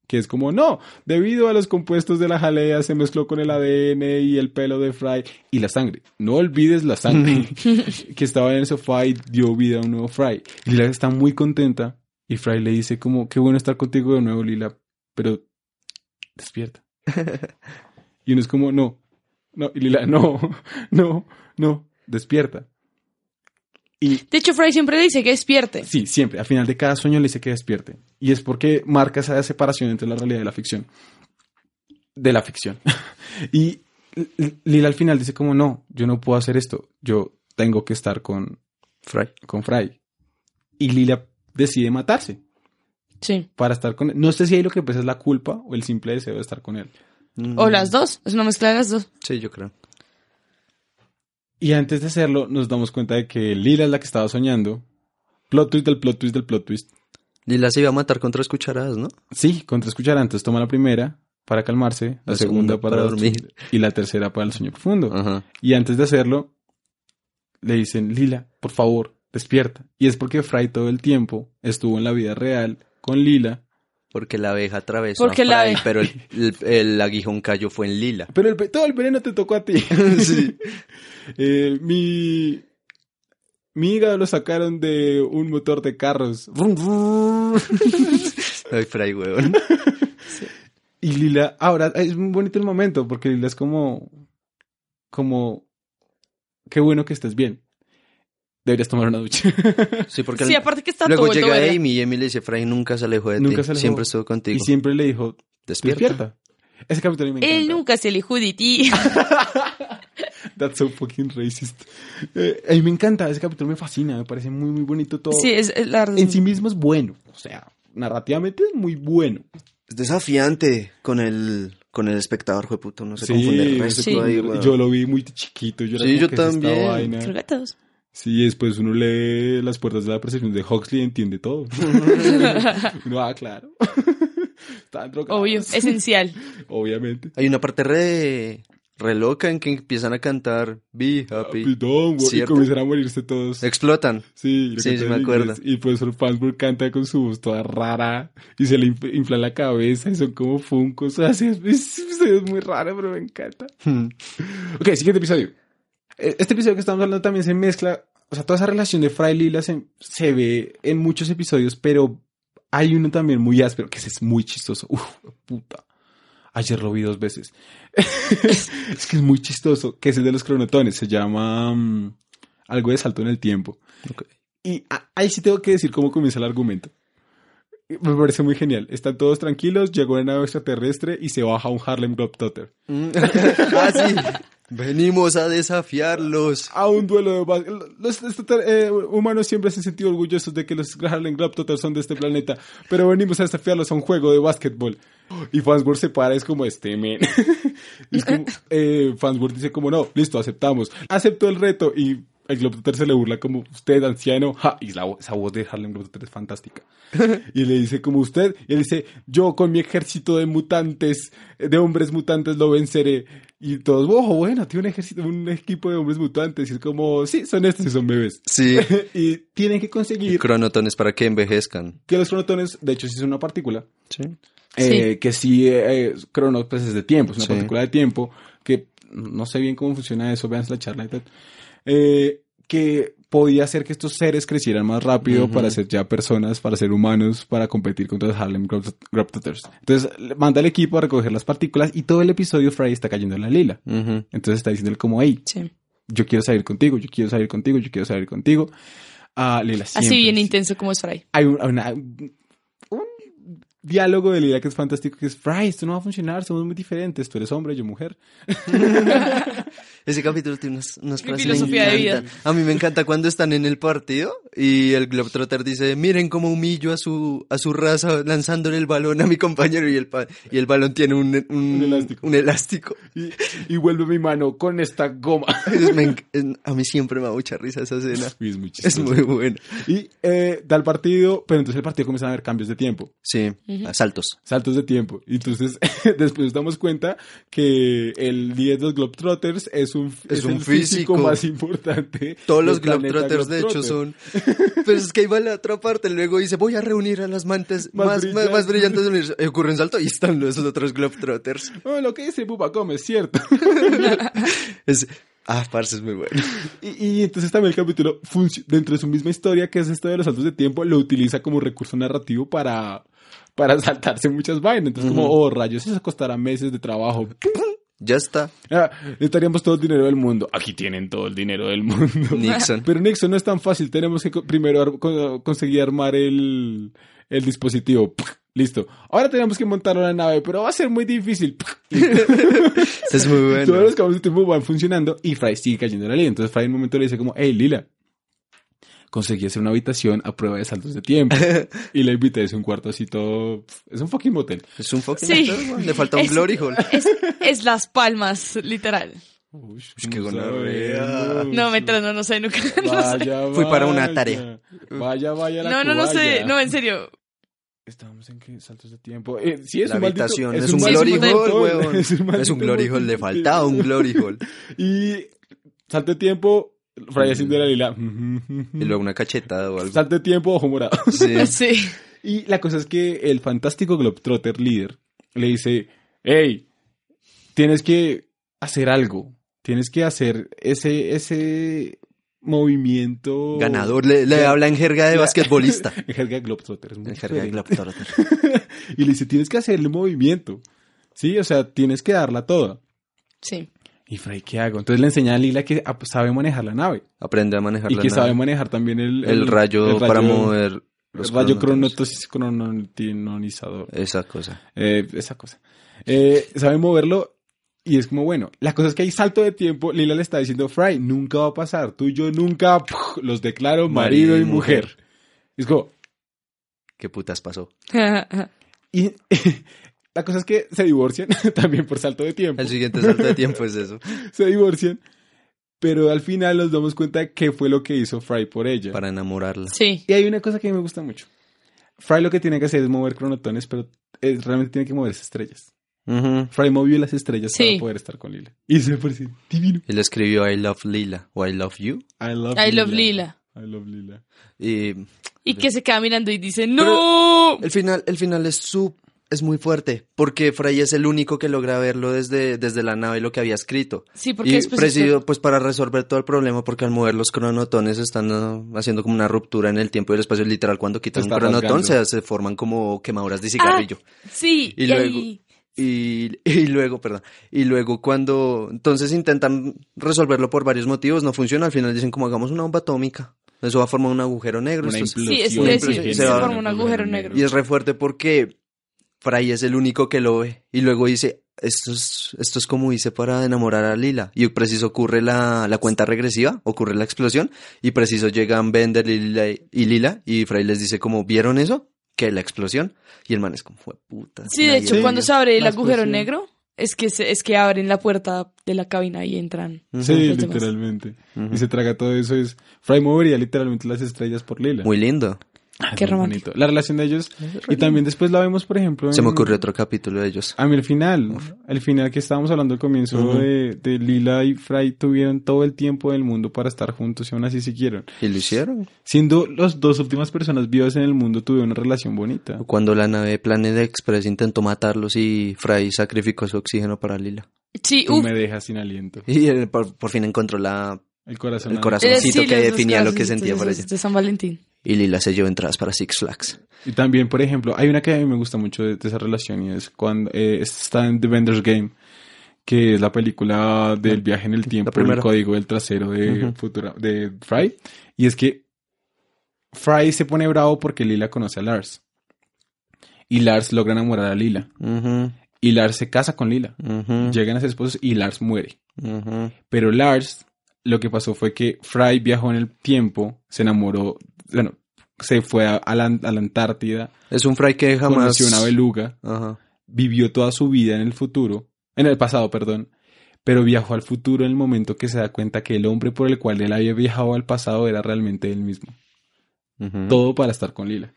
Speaker 2: Que es como, no, debido a los compuestos de la jalea se mezcló con el ADN y el pelo de Fry y la sangre. No olvides la sangre que estaba en el sofá y dio vida a un nuevo Fry. Lila está muy contenta y Fry le dice como, qué bueno estar contigo de nuevo Lila, pero despierta. Y uno es como, no, no, y Lila, no, no, no, despierta. Y
Speaker 3: De hecho, Fry siempre le dice que despierte.
Speaker 2: sí, siempre, al final de cada sueño le dice que despierte. Y es porque marca esa separación entre la realidad y la ficción. De la ficción. y L- Lila al final dice como, no, yo no puedo hacer esto, yo tengo que estar con,
Speaker 4: Fry.
Speaker 2: con Fry. Y Lila decide matarse
Speaker 3: Sí.
Speaker 2: para estar con él. No sé si ahí lo que pesa es la culpa o el simple deseo de estar con él.
Speaker 3: O las dos, es una mezcla de las dos.
Speaker 4: Sí, yo creo.
Speaker 2: Y antes de hacerlo, nos damos cuenta de que Lila es la que estaba soñando. Plot twist del plot twist del plot twist.
Speaker 4: Lila se iba a matar con tres cucharadas, ¿no?
Speaker 2: Sí, con tres cucharas. Entonces toma la primera para calmarse, la,
Speaker 4: La
Speaker 2: segunda,
Speaker 4: segunda
Speaker 2: para,
Speaker 4: para
Speaker 2: dormir Ah.
Speaker 4: dormir.
Speaker 2: y la tercera para el sueño profundo.
Speaker 4: Ajá.
Speaker 2: Y antes de hacerlo, le dicen, Lila, por favor, despierta. Y es porque Fry todo el tiempo estuvo en la vida real con Lila.
Speaker 4: Porque la abeja atravesó
Speaker 3: Porque
Speaker 4: a
Speaker 3: la
Speaker 4: Fry,
Speaker 3: abeja-
Speaker 4: pero el, el- el aguijón cayó fue en Lila.
Speaker 2: Pero el ve- todo el veneno te tocó a ti.
Speaker 4: Sí.
Speaker 2: Eh, mi... Mi hígado lo sacaron de un motor de carros.
Speaker 4: Ay, Fry, weón.
Speaker 2: Y Lila, ahora es muy bonito el momento porque Lila es como, como, qué bueno que estés bien. Deberías tomar una ducha.
Speaker 4: Sí, porque
Speaker 3: sí,
Speaker 4: el-
Speaker 3: aparte que está todo
Speaker 4: luego
Speaker 3: vuelto
Speaker 4: llega
Speaker 3: verga.
Speaker 4: Amy y Amy le dice, Fray nunca se alejó de
Speaker 2: Nunca
Speaker 4: ti,
Speaker 2: se alejó.
Speaker 4: siempre estuvo
Speaker 2: y
Speaker 4: contigo.
Speaker 2: siempre le dijo,
Speaker 4: Despierta.
Speaker 2: despierta. Ese capítulo a mí me encanta.
Speaker 3: Él nunca se alejó de ti.
Speaker 2: That's so fucking racist. Eh, a mí me encanta, ese capítulo me fascina, me parece muy, muy bonito todo.
Speaker 3: sí, es, es la
Speaker 2: En sí mismo es bueno, o sea, narrativamente es muy bueno.
Speaker 4: Es desafiante con el, con el espectador, jueputo, no se
Speaker 2: Sí,
Speaker 4: confunde el
Speaker 2: no
Speaker 4: resto
Speaker 2: se
Speaker 3: Sí.
Speaker 4: ahí,
Speaker 2: confunde.
Speaker 4: weón.
Speaker 2: Yo lo vi muy chiquito. Yo era
Speaker 4: Sí,
Speaker 2: como
Speaker 4: yo
Speaker 2: que es esta
Speaker 4: también.
Speaker 2: vaina.
Speaker 3: Creo que a todos.
Speaker 2: Sí, después uno lee las puertas de la percepción de Huxley y entiende todo. uno, ah, claro. Están drogados.
Speaker 3: Obvio, esencial.
Speaker 2: Obviamente.
Speaker 4: Hay una parte re, re loca en que empiezan a cantar Be Happy.
Speaker 2: Happy Pues, Don't Worry, Y
Speaker 4: ¿Cierto?
Speaker 2: comenzaron a morirse todos.
Speaker 4: Explotan.
Speaker 2: Sí, lo
Speaker 4: Sí,
Speaker 2: cantan
Speaker 4: sí me
Speaker 2: en
Speaker 4: acuerdo.
Speaker 2: inglés. Y el profesor Fansburg canta con su voz toda rara y se le inf- infla la cabeza y son como funcos. Así es, es- es muy raro, pero me encanta. ok, siguiente episodio. E- Este episodio que estamos hablando también se mezcla. O sea, toda esa relación de Fry y Lila se, se ve en muchos episodios, pero hay uno también muy áspero que ese es muy chistoso. Uf, puta. Ayer lo vi dos veces. es que es muy chistoso, que es el de los cronotones. Se llama mm, algo de salto en el tiempo.
Speaker 4: Ok.
Speaker 2: Y a- ahí sí tengo que decir cómo comienza el argumento. Me parece muy genial. Están todos tranquilos, llegó una nave extraterrestre y se baja un Harlem Globetrotter.
Speaker 4: Mm. ah, sí. Venimos a desafiarlos.
Speaker 2: A un duelo de... bas- Los extrater- eh, humanos siempre se han sentido orgullosos de que los Harlem Globetrotters son de este planeta, pero venimos a desafiarlos a un juego de básquetbol. Y Fansworth se para, es como este, men. Y es como, eh, Fansworth dice como, no, listo, aceptamos. Acepto el reto y... El Globetrotter se le burla como, usted, anciano, ja", y la, vo- esa voz de Harlem Globetrotter es fantástica. Y le dice, como usted, y él dice, yo con mi ejército de mutantes, de hombres mutantes lo venceré. Y todos, ojo, bueno, tiene un ejército, un equipo de hombres mutantes. Y es como, sí, son estos y son bebés.
Speaker 4: Sí.
Speaker 2: y tienen que
Speaker 4: Y
Speaker 2: conseguir
Speaker 4: cronotones para que envejezcan.
Speaker 2: que los cronotones, de hecho, sí son una partícula,
Speaker 4: Sí.
Speaker 2: eh, que sí, eh, eh, Cronos pues, es de tiempo, es una
Speaker 4: Sí.
Speaker 2: partícula de tiempo, que no sé bien cómo funciona eso, vean la charla y tal, eh, que podía hacer que estos seres crecieran más rápido
Speaker 4: Ujú.
Speaker 2: para ser ya personas, para ser humanos, para competir contra los Harlem Globetrot- Globetrotters. Entonces, le- manda al equipo a recoger las partículas y todo el episodio Fry está cayendo en la lila.
Speaker 4: Ujú.
Speaker 2: Entonces está diciendo él como, hey,
Speaker 3: Sí.
Speaker 2: yo quiero salir contigo, yo quiero salir contigo, yo quiero salir contigo. Ah, Lila
Speaker 3: Así
Speaker 2: siempre
Speaker 3: bien
Speaker 2: es-
Speaker 3: intenso como es Fry.
Speaker 2: hay un, una- un diálogo de Lila que es fantástico, que es, Fry, esto no va a funcionar, somos muy diferentes, tú eres hombre, yo mujer.
Speaker 4: Ese capítulo tiene unas, unas
Speaker 3: Mi
Speaker 4: frases.
Speaker 3: filosofía
Speaker 4: me
Speaker 3: de vida.
Speaker 4: encantan. A mí me encanta cuando están en el partido y el Globetrotter dice, miren cómo humillo a su, a su raza lanzándole el balón a mi compañero y el, pa- y el balón tiene un, un,
Speaker 2: Un elástico.
Speaker 4: un elástico.
Speaker 2: Y, y vuelve mi mano con esta goma.
Speaker 4: Es- me enc- a mí siempre me da mucha risa esa escena.
Speaker 2: Y es muy
Speaker 4: Es
Speaker 2: chistoso.
Speaker 4: muy buena.
Speaker 2: Y eh, da el partido, pero entonces el partido comienza a haber cambios de tiempo.
Speaker 4: Sí, asaltos.
Speaker 2: saltos de tiempo. Y entonces después nos damos cuenta que el 10 de los Globetrotters es un,
Speaker 4: Es un
Speaker 2: el
Speaker 4: físico.
Speaker 2: más importante.
Speaker 4: Todos
Speaker 2: del
Speaker 4: los
Speaker 2: planeta
Speaker 4: Globetrotters, de hecho,
Speaker 2: Globetrotter.
Speaker 4: son. Pero es que ahí va la otra parte. Luego dice: Voy a reunir a las mantes
Speaker 2: Más
Speaker 4: más, más-
Speaker 2: brillantes.
Speaker 4: más brillantes del universo. Y ocurre un salto y están los otros Globetrotters.
Speaker 2: Oh, lo que dice Bubba Gump es cierto.
Speaker 4: Es... Ah, parce, es muy bueno.
Speaker 2: Y, y entonces también el capítulo, func- dentro de su misma historia, que es esto de los saltos de tiempo, lo utiliza como recurso narrativo para, para saltarse muchas vainas. Entonces, como, oh, rayos, eso costará meses de trabajo.
Speaker 4: Ya está,
Speaker 2: Ah, necesitaríamos todo el dinero del mundo. Aquí tienen todo el dinero del mundo.
Speaker 4: Nixon.
Speaker 2: Pero Nixon no es tan fácil. Tenemos que co- primero ar- co- conseguir armar el, el dispositivo. Puc, Listo. Ahora tenemos que montar una nave, pero va a ser muy difícil. Puc,
Speaker 4: Es muy bueno.
Speaker 2: Todos los cables de tiempo van funcionando y Fry sigue cayendo en la ley. Entonces Fry en un momento le dice como, hey Lila, conseguí hacer una habitación a prueba de saltos de tiempo. y la invité, es un cuarto así todo... Es un fucking motel.
Speaker 4: Es un fucking
Speaker 3: Sí.
Speaker 4: actor, güey. Le falta un
Speaker 3: Es-
Speaker 4: glory hole.
Speaker 3: Es, es Las Palmas, literal.
Speaker 2: Uy,
Speaker 4: qué gonorrea.
Speaker 3: No, mientras no, no sé, nunca. No, sé.
Speaker 2: Vaya,
Speaker 4: Fui para una
Speaker 2: vaya.
Speaker 4: tarea.
Speaker 2: Vaya, vaya la
Speaker 3: no, no, no sé.
Speaker 2: cobaya.
Speaker 3: No, en serio.
Speaker 2: Estábamos en qué saltos de tiempo. Eh, sí, es
Speaker 4: La
Speaker 2: un maldito-
Speaker 4: habitación es, un,
Speaker 3: maldito
Speaker 4: glory
Speaker 3: motel.
Speaker 4: hole, weón. Es un,
Speaker 2: maldito
Speaker 4: glory hole, le
Speaker 2: motel.
Speaker 4: faltaba un glory hole.
Speaker 2: Y salto de tiempo,
Speaker 4: Mm.
Speaker 2: Fray haciendo la lila.
Speaker 4: Y luego una cachetada o algo.
Speaker 2: Salto de tiempo, ojo morado.
Speaker 4: Sí.
Speaker 3: Sí.
Speaker 2: Y la cosa es que el fantástico Globetrotter líder le dice, hey, tienes que hacer algo. Tienes que hacer ese, ese movimiento...
Speaker 4: Ganador, le, le
Speaker 2: Ya.
Speaker 4: habla en jerga de basquetbolista.
Speaker 2: En jerga Globetrotter. es muy
Speaker 4: En jerga de
Speaker 2: diferente.
Speaker 4: Globetrotter.
Speaker 2: y le dice, tienes que hacer el movimiento. Sí, o sea, tienes que darla toda.
Speaker 3: Sí.
Speaker 2: ¿Y Fry qué hago? Entonces le enseña a Lila que ap- sabe manejar la nave
Speaker 4: Aprende a manejar
Speaker 2: y
Speaker 4: la
Speaker 2: que
Speaker 4: nave.
Speaker 2: sabe manejar también el,
Speaker 4: el, rayo
Speaker 2: el
Speaker 4: para mover
Speaker 2: el
Speaker 4: los
Speaker 2: rayo
Speaker 4: cronotos.
Speaker 2: cronotosis- cronotinonizador.
Speaker 4: Esa cosa.
Speaker 2: Eh, esa cosa. Eh, sabe moverlo y es como bueno. La cosa es que hay salto de tiempo. Lila le está diciendo, Fry, nunca va a pasar. Tú y yo nunca ¡puf! los declaro marido y mujer. Es como,
Speaker 4: ¿Qué putas pasó?
Speaker 2: y la cosa es que se divorcian también por salto de tiempo.
Speaker 4: El siguiente salto de tiempo es eso.
Speaker 2: Se divorcian. Pero al final nos damos cuenta que fue lo que hizo Fry por ella.
Speaker 4: Para enamorarla.
Speaker 3: sí.
Speaker 2: Y hay una cosa que me gusta mucho. Fry lo que tiene que hacer es mover cronotones, pero eh, realmente tiene que mover esas estrellas.
Speaker 4: Ujú.
Speaker 2: Fry movió las estrellas
Speaker 3: Sí.
Speaker 2: para poder estar con Lila. Y se me parece divino.
Speaker 4: Él escribió I love Lila o I love you.
Speaker 2: I love,
Speaker 3: I love Lila.
Speaker 2: I love Lila.
Speaker 4: Y
Speaker 3: Y que se queda mirando y dice, ¡No!
Speaker 4: el final, el final es su es muy fuerte porque Fray es el único que logra verlo desde, desde la nave lo que había escrito.
Speaker 3: Sí, porque
Speaker 4: Y
Speaker 3: después...
Speaker 4: presidido pues para resolver todo el problema porque al mover los cronotones están ah, haciendo como una ruptura en el tiempo y el espacio literal cuando quitan un
Speaker 2: Está
Speaker 4: cronotón se,
Speaker 2: rasgando.
Speaker 4: se forman como quemaduras de cigarrillo.
Speaker 3: Sí,
Speaker 4: Y
Speaker 3: y,
Speaker 4: luego-
Speaker 3: ahí-
Speaker 4: Y, y luego, perdón, y luego cuando entonces intentan resolverlo por varios motivos, no funciona, al final dicen como hagamos una bomba atómica, eso va a formar un agujero negro.
Speaker 2: Una
Speaker 4: esto es-
Speaker 3: Sí, es
Speaker 2: implosión
Speaker 4: que
Speaker 2: de
Speaker 4: sí, se
Speaker 2: genio.
Speaker 4: forma un
Speaker 2: Una
Speaker 3: agujero
Speaker 2: mujer
Speaker 3: negro.
Speaker 4: y es re fuerte porque Fray es el único que lo ve y luego dice, esto es, esto es como hice para enamorar a Lila. Y preciso ocurre la, la cuenta regresiva, ocurre la explosión y preciso llegan Bender y Lila y, Lila y Fray les dice como, ¿vieron eso? Que la explosión. Y el man es como, fue puta.
Speaker 3: Sí, de hecho,
Speaker 2: Sí,
Speaker 3: cuando se abre el
Speaker 2: la
Speaker 3: agujero
Speaker 2: explosión.
Speaker 3: negro, es que, se- es que abren la puerta de la cabina y entran.
Speaker 2: Sí,
Speaker 3: Los demás.
Speaker 2: literalmente.
Speaker 4: Ujú.
Speaker 2: Y se traga todo eso. Es Fry movería literalmente las estrellas por Lila.
Speaker 4: Muy lindo.
Speaker 2: Ah, es
Speaker 3: Qué
Speaker 2: muy
Speaker 3: romántico.
Speaker 2: bonito. La relación de ellos. Y también después la vemos, por ejemplo.
Speaker 4: Se me
Speaker 2: en-
Speaker 4: ocurrió otro capítulo de ellos.
Speaker 2: A mí el final, el final que estábamos hablando al comienzo
Speaker 4: Ujú.
Speaker 2: de, de Lila y Fry tuvieron todo el tiempo del mundo para estar juntos y aún así siguieron.
Speaker 4: ¿Y lo hicieron?
Speaker 2: Siendo las dos últimas personas vivas en el mundo, tuvieron una relación bonita.
Speaker 4: Cuando la nave Planet Express intentó matarlos y Fry sacrificó su oxígeno para Lila.
Speaker 3: Sí,
Speaker 2: Tú
Speaker 3: uf,
Speaker 2: me dejas sin aliento.
Speaker 4: Y él por, por fin encontró la...
Speaker 2: El corazón.
Speaker 4: El
Speaker 2: al-
Speaker 4: corazón.
Speaker 3: es
Speaker 4: corazoncito
Speaker 3: sí,
Speaker 4: que
Speaker 3: los dos
Speaker 4: definía lo que
Speaker 3: corazoncitos
Speaker 4: sentía por
Speaker 3: esos
Speaker 4: ella.
Speaker 3: De San Valentín.
Speaker 4: Y Lila se llevó entradas para Six Flags.
Speaker 2: Y también, por ejemplo, hay una que a mí me gusta mucho de, de esa relación y es cuando eh, está en The Vendor's Game, que es la película del viaje en el tiempo,
Speaker 4: Mm. primera.
Speaker 2: el código del trasero de,
Speaker 4: Ujú.
Speaker 2: Futura- de Fry. Y es que Fry se pone bravo porque Lila conoce a Lars. Y Lars logra enamorar a Lila.
Speaker 4: Ujú,
Speaker 2: Y Lars se casa con Lila.
Speaker 4: ujú,
Speaker 2: Llegan a ser esposos y Lars muere.
Speaker 4: ujú.
Speaker 2: Pero Lars, lo que pasó fue que Fry viajó en el tiempo, se enamoró, bueno, se fue a, a la, a la Antártida,
Speaker 4: Es un Fry que jamás...
Speaker 2: conoció una beluga,
Speaker 4: Ajá.
Speaker 2: vivió toda su vida en el futuro, en el pasado, perdón, pero viajó al futuro en el momento que se da cuenta que el hombre por el cual él había viajado al pasado era realmente él mismo.
Speaker 4: ujú.
Speaker 2: Todo para estar con Lila.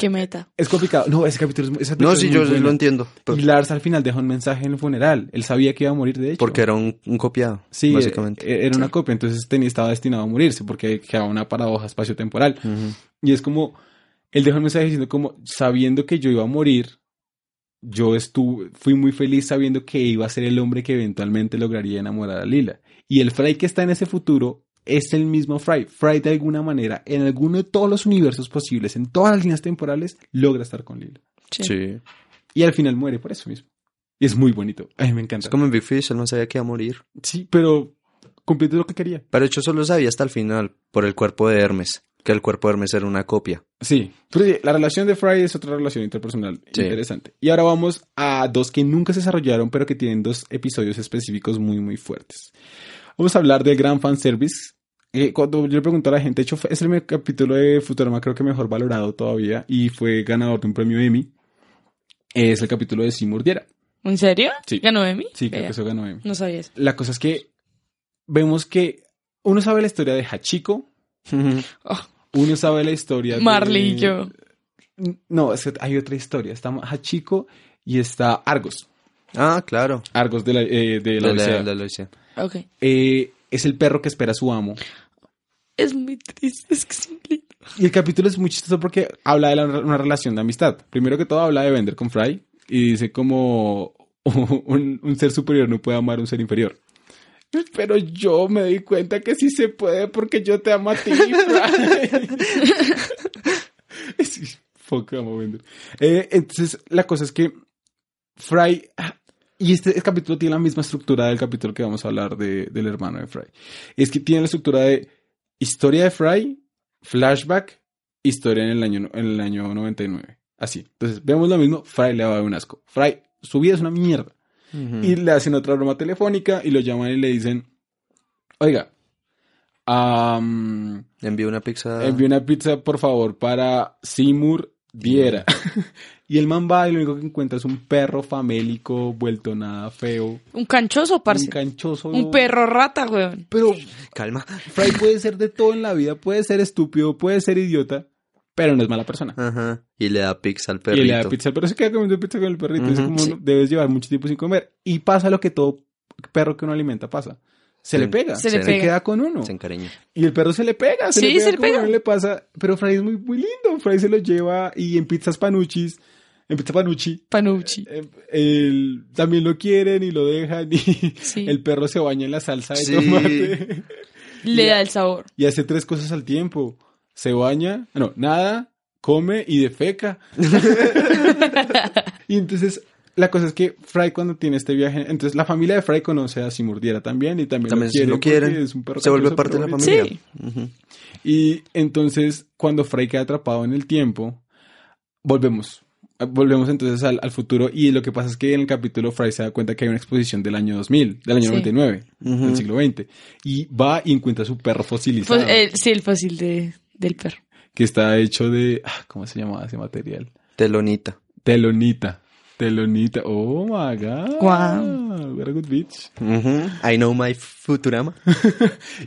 Speaker 3: Qué meta.
Speaker 2: Es complicado. No, ese capítulo es muy... ese capítulo
Speaker 4: No,
Speaker 2: es
Speaker 4: sí,
Speaker 2: muy
Speaker 4: yo
Speaker 2: bueno.
Speaker 4: lo entiendo. pues, pero-
Speaker 2: Y Lars al final deja un mensaje en el funeral. Él sabía que iba a morir, de hecho.
Speaker 4: Porque era un, un copiado,
Speaker 2: Sí,
Speaker 4: básicamente.
Speaker 2: e- era una copia, entonces tenía, estaba destinado a morirse porque quedaba una paradoja espaciotemporal.
Speaker 4: Ujú.
Speaker 2: Y es como, él dejó el mensaje diciendo como, sabiendo que yo iba a morir, yo estuve, fui muy feliz sabiendo que iba a ser el hombre que eventualmente lograría enamorar a Lila. Y el Fry que está en ese futuro es el mismo Fry. Fry de alguna manera, en alguno de todos los universos posibles, en todas las líneas temporales, logra estar con Lila.
Speaker 3: Sí.
Speaker 4: Sí.
Speaker 2: Y al final muere por eso mismo. Y es muy bonito. A mí me encanta.
Speaker 4: Es como en Big Fish, él no sabía que iba a morir.
Speaker 2: Sí, pero cumpliendo lo que quería.
Speaker 4: Pero de hecho solo sabía hasta el final, por el cuerpo de Hermes, que el cuerpo de Hermes era una copia.
Speaker 2: Sí, pero sí, la relación de Fry es otra relación interpersonal
Speaker 4: Sí.
Speaker 2: interesante. Y ahora vamos a dos que nunca se desarrollaron, pero que tienen dos episodios específicos muy, muy fuertes. Vamos a hablar del gran fanservice. Eh, cuando yo le pregunto a la gente, de hecho, fue- es el me- capítulo de Futurama creo que mejor valorado todavía y fue ganador de un premio Emmy. Es el capítulo de Si Mordiera.
Speaker 3: ¿En serio?
Speaker 2: Sí.
Speaker 3: ¿Ganó Emi?
Speaker 2: Sí, creo
Speaker 3: Vea,
Speaker 2: que eso ganó Emmy.
Speaker 3: No sabía eso.
Speaker 2: La cosa es que vemos que uno sabe la historia de Hachiko,
Speaker 3: Oh,
Speaker 2: uno sabe la historia
Speaker 3: Marley
Speaker 2: de...
Speaker 3: y yo.
Speaker 2: No, es que hay otra historia. Está Hachiko y está Argos.
Speaker 4: Ah, claro.
Speaker 2: Argos de la, eh, de la
Speaker 4: De la-
Speaker 2: Odisea.
Speaker 4: de la Odisea.
Speaker 3: Ok.
Speaker 2: Eh, es el perro que espera a su amo.
Speaker 3: Es muy triste, es que es muy lindo.
Speaker 2: Y el capítulo es muy chistoso porque habla de la- una relación de amistad. Primero que todo habla de vender con Fry y dice como un, un ser superior no puede amar a un ser inferior. Pero yo me di cuenta que sí se puede porque yo te amo a ti, Fry. sí, fuck, amo a Bender. Eh, entonces, la cosa es que Fry ah, Y este capítulo tiene la misma estructura del capítulo que vamos a hablar de, del hermano de Fry. Es que tiene la estructura de historia de Fry, flashback, historia en el año, no- en el año 99. Así. Entonces, vemos lo mismo, Fry le va a dar un asco. Fry, su vida es una mierda.
Speaker 4: Mm.
Speaker 2: Y le hacen otra broma telefónica y lo llaman y le dicen, oiga, am,
Speaker 4: Envió una pizza.
Speaker 2: envíe una pizza, por favor, para Seymour Diera. y el man va y lo único que encuentra es un perro famélico, vuelto nada feo.
Speaker 3: Un canchoso, parce.
Speaker 2: Un canchoso.
Speaker 3: Un perro rata, weón.
Speaker 2: Pero
Speaker 4: Calma.
Speaker 2: Fry puede ser de todo en la vida, puede ser estúpido, puede ser idiota, pero no es mala persona.
Speaker 4: Ajá. Y le da pizza al
Speaker 2: Y
Speaker 4: perrito.
Speaker 2: le da pizza, pero se queda comiendo pizza con el perrito. es
Speaker 4: Ujú,
Speaker 2: como
Speaker 4: sí.
Speaker 2: debes llevar mucho tiempo sin comer. Y pasa lo que todo perro que uno alimenta pasa. Se
Speaker 4: Se-
Speaker 2: le pega,
Speaker 3: se le pega.
Speaker 2: queda con uno.
Speaker 4: Se encariña.
Speaker 2: Y el perro se le pega, se
Speaker 3: Sí,
Speaker 2: le pega.
Speaker 3: se le
Speaker 2: como
Speaker 3: pega.
Speaker 2: a uno le pasa. Pero Fry es muy, muy lindo. Fry se lo lleva y en pizzas panuchis, en pizza panucci,
Speaker 3: Panucci.
Speaker 2: eh, él- también lo quieren y lo dejan. Y
Speaker 3: Sí.
Speaker 2: eh, el perro se baña en la salsa de
Speaker 4: Sí.
Speaker 2: tomate
Speaker 3: Le da el sabor.
Speaker 2: y hace tres cosas al tiempo. Se baña, no, nada, come y defeca. y entonces la cosa es que Fry cuando tiene este viaje, entonces la familia de Fry conoce a Simurdiera también y también,
Speaker 4: También
Speaker 2: lo
Speaker 4: lo
Speaker 2: quieren.
Speaker 4: quieren.
Speaker 2: porque es un perro
Speaker 4: Se vuelve
Speaker 2: cariñoso,
Speaker 4: parte de
Speaker 2: pero
Speaker 4: la
Speaker 2: bonito.
Speaker 3: Sí.
Speaker 4: familia. Ujú.
Speaker 2: Y entonces, cuando Frey queda atrapado en el tiempo, volvemos. Volvemos entonces al, al futuro. Y lo que pasa es que en el capítulo Frey se da cuenta que hay una exposición del año 2000, del año
Speaker 3: Sí.
Speaker 2: 99,
Speaker 4: Ujú.
Speaker 2: del siglo XX. Y va y encuentra su perro fosilizado,
Speaker 3: Fos- el- Pues, eh, sí, el fósil de, del perro.
Speaker 2: que está hecho de. ah, ¿Cómo se llamaba ese material?
Speaker 4: Telonita.
Speaker 2: Telonita. Telonita. Oh my god.
Speaker 3: Guau.
Speaker 2: What a good bitch.
Speaker 4: Ujú. I know my Futurama.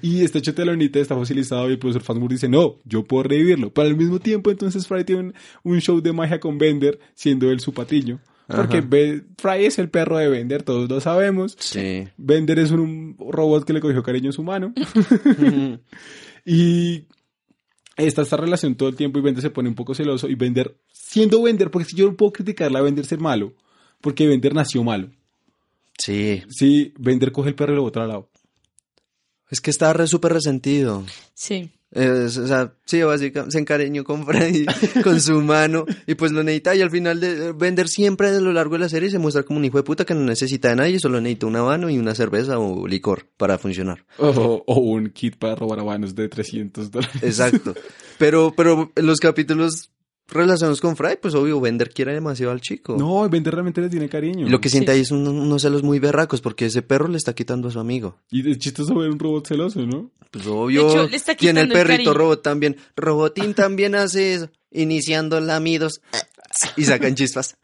Speaker 2: Y está hecho telonita, está fosilizado y el profesor Fazbear dice, no, yo puedo revivirlo. Pero al mismo tiempo, entonces Fry tiene un, un show de magia con Bender, siendo él su patillo. Porque
Speaker 4: Ajá.
Speaker 2: Be- Fry es el perro de Bender, todos lo sabemos.
Speaker 4: Sí.
Speaker 2: Bender es un, un robot que le cogió cariño a su mano.
Speaker 4: Ujú.
Speaker 2: Y está esta relación todo el tiempo y Bender se pone un poco celoso. Y Bender, siendo Bender, porque si yo no puedo criticarla a Bender ser malo, porque Bender nació malo.
Speaker 4: Sí.
Speaker 2: Sí, Bender coge el perro y lo bota al lado.
Speaker 4: Es que estaba re súper resentido.
Speaker 3: Sí.
Speaker 4: Es- o sea, sí, básicamente se encariñó con Freddy, con su mano, y pues lo necesita. Y al final, de, Bender siempre a lo largo de la serie se muestra como un hijo de puta que no necesita de nadie, solo necesita una mano y una cerveza o licor para funcionar.
Speaker 2: O, o un kit para robar habanos de 300 dólares.
Speaker 4: Exacto. Pero, pero en los capítulos relacionados con Fry, pues obvio, Bender quiere demasiado al chico.
Speaker 2: No, el Bender realmente le tiene cariño.
Speaker 4: Y lo que
Speaker 3: Sí.
Speaker 4: siente ahí es un- unos celos muy berracos porque ese perro le está quitando a su amigo.
Speaker 2: Y es chistoso ver un robot celoso, ¿no?
Speaker 4: Pues obvio.
Speaker 3: De hecho, le está
Speaker 4: tiene el
Speaker 3: quitando el
Speaker 4: perrito
Speaker 3: cariño.
Speaker 4: robot también. Robotín también hace eso. Iniciando lamidos. Y sacan chispas.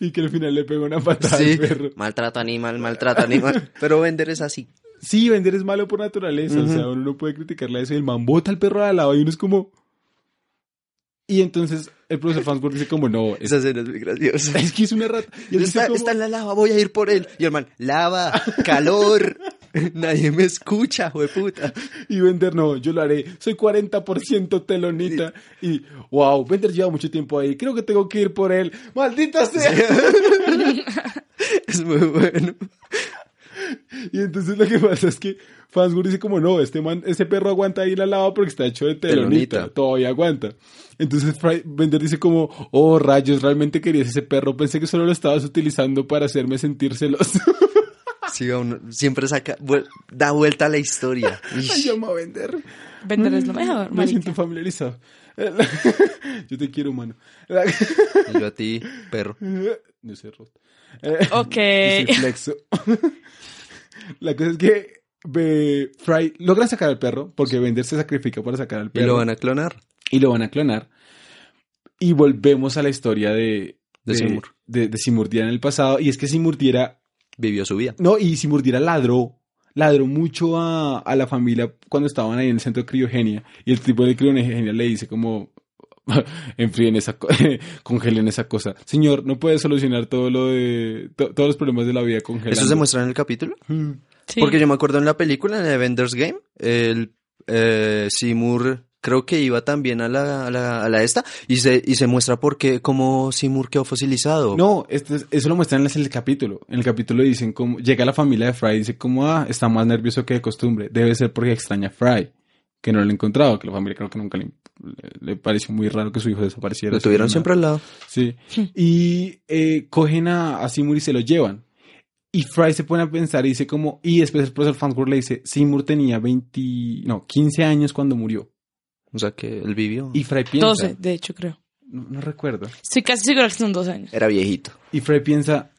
Speaker 2: Y que al final le pega una patada
Speaker 4: Sí.
Speaker 2: al perro.
Speaker 4: Maltrato animal, maltrato animal. Pero vender es así.
Speaker 2: Sí, vender es malo por naturaleza. O sea,
Speaker 4: Ujú.
Speaker 2: uno no puede criticarle a eso. Y el man bota al perro al lado y uno es como... Y entonces el profesor Fansburg dice como, no, es,
Speaker 4: Esa escena es muy graciosa.
Speaker 2: es que es una rata. Y él dice
Speaker 4: Está,
Speaker 2: como-
Speaker 4: está en la lava, voy a ir por él. Y el man, lava, calor. Nadie me escucha, jueputa.
Speaker 2: Y vender, no, yo lo haré. Soy 40% telonita. Y, wow, vender lleva mucho tiempo ahí. Creo que tengo que ir por él. ¡Maldita sea!
Speaker 4: Es muy bueno.
Speaker 2: Y entonces lo que pasa es que Fansgur dice como no, este man, ese perro aguanta ahí la lava porque está hecho de telonita,
Speaker 4: Telonita.
Speaker 2: todavía aguanta. Entonces Fry- Bender dice como, oh rayos, realmente querías ese perro, pensé que solo lo estabas utilizando para hacerme sentir celoso.
Speaker 4: Sí, a uno siempre saca, vuel- da vuelta a la historia.
Speaker 2: Ay, llama a Bender.
Speaker 3: Vender es lo mejor,
Speaker 2: Mm, Me
Speaker 3: marica.
Speaker 2: siento familiarizado. Yo te quiero, humano.
Speaker 4: Y yo a ti, perro.
Speaker 2: No sé, Rod. Eh,
Speaker 3: Ok.
Speaker 2: Dice flexo. La cosa es que eh, Fry logran sacar al perro porque Bender se sacrifica para sacar al
Speaker 4: Y
Speaker 2: perro.
Speaker 4: lo van a clonar.
Speaker 2: y lo van a clonar. Y volvemos a la historia de,
Speaker 4: De Seymour.
Speaker 2: de- de Seymour Diera en el pasado. Y es que Seymour Diera,
Speaker 4: Vivió su vida.
Speaker 2: no, y Seymour Diera ladró, ladró mucho a, a la familia cuando estaban ahí en el centro de criogenia. Y el tipo de criogenia le dice como, enfríen esa, co- congelen esa cosa. Señor, no puede solucionar todo lo de, to- todos los problemas de la vida congelando.
Speaker 4: ¿Eso se muestra en el capítulo?
Speaker 2: Mm.
Speaker 3: Sí.
Speaker 4: Porque yo me acuerdo en la película, en Avengers Game, el eh, Seymour creo que iba también a la, a la, a la esta y se, y se muestra porque cómo Seymour quedó fosilizado.
Speaker 2: No, este es- eso lo muestran en el capítulo. En el capítulo dicen como llega la familia de Fry y dice como ah, está más nervioso que de costumbre. Debe ser porque extraña a Fry, que no lo ha encontrado, que la familia creo que nunca le le, le pareció muy raro que su hijo desapareciera.
Speaker 4: Lo tuvieron
Speaker 2: sin
Speaker 4: siempre al lado.
Speaker 2: Sí. Y eh, cogen a, a Seymour y se lo llevan. Y Fry se pone a pensar y dice como... Y después el profesor Farnsworth le dice, Seymour tenía 20... No, 15 años cuando murió.
Speaker 4: O sea que él vivió.
Speaker 2: Y Fry piensa...
Speaker 3: 12, de hecho, creo.
Speaker 2: No, no recuerdo.
Speaker 3: Estoy casi segura que son 12 años.
Speaker 4: Era viejito.
Speaker 2: Y Fry piensa...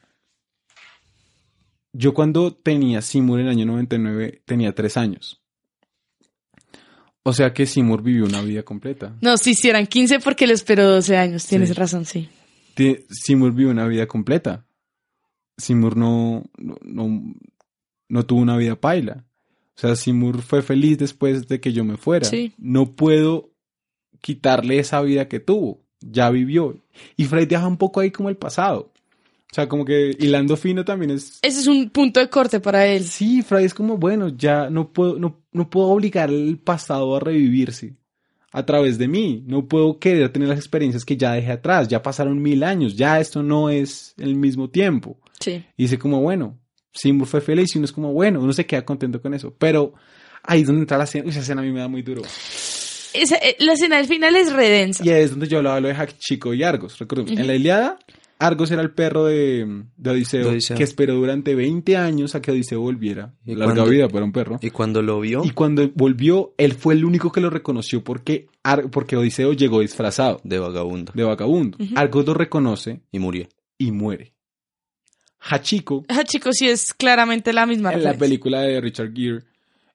Speaker 2: Yo cuando tenía Seymour en el año 99 tenía 3 años. O sea que Seymour vivió una vida completa.
Speaker 3: No, si hicieran 15 porque le esperó 12 años. Tienes
Speaker 2: Sí.
Speaker 3: razón, sí.
Speaker 2: Tie- Seymour vivió una vida completa. Seymour no, no, no- no tuvo una vida paila. O sea, Seymour fue feliz después de que yo me fuera.
Speaker 3: Sí.
Speaker 2: No puedo quitarle esa vida que tuvo. Ya vivió. Y Freud deja un poco ahí como el pasado. O sea, como que hilando fino también es...
Speaker 3: Ese es un punto de corte para él.
Speaker 2: Sí, Freud es como, bueno, ya no puedo, no, no puedo obligar al pasado a revivirse a través de mí. No puedo querer tener las experiencias que ya dejé atrás. Ya pasaron mil años. Ya esto no es el mismo tiempo.
Speaker 3: Sí.
Speaker 2: Y dice como, bueno, Seymour fue feliz y uno es como, bueno, uno se queda contento con eso. Pero ahí es donde entra la escena. Uy, esa escena a mí me da muy duro.
Speaker 3: Esa- eh, la escena del final es redensa.
Speaker 2: Y ahí es donde yo hablaba lo de Chico y Argos. Recuerdo, en la Iliada, Argos era el perro de, de Odiseo,
Speaker 4: De Odiseo.
Speaker 2: que esperó durante 20 años a que Odiseo volviera.
Speaker 4: ¿Y
Speaker 2: Larga
Speaker 4: cuándo?
Speaker 2: vida para un perro.
Speaker 4: Y cuando lo vio,
Speaker 2: Y cuando volvió, él fue el único que lo reconoció porque, Ar- porque Odiseo llegó disfrazado
Speaker 4: de vagabundo.
Speaker 2: de vagabundo. Argos lo reconoce
Speaker 4: Y murió.
Speaker 2: y muere. Hachiko,
Speaker 3: Ah, chicos, sí es claramente la misma
Speaker 2: en la
Speaker 3: referencia.
Speaker 2: película de Richard Gere,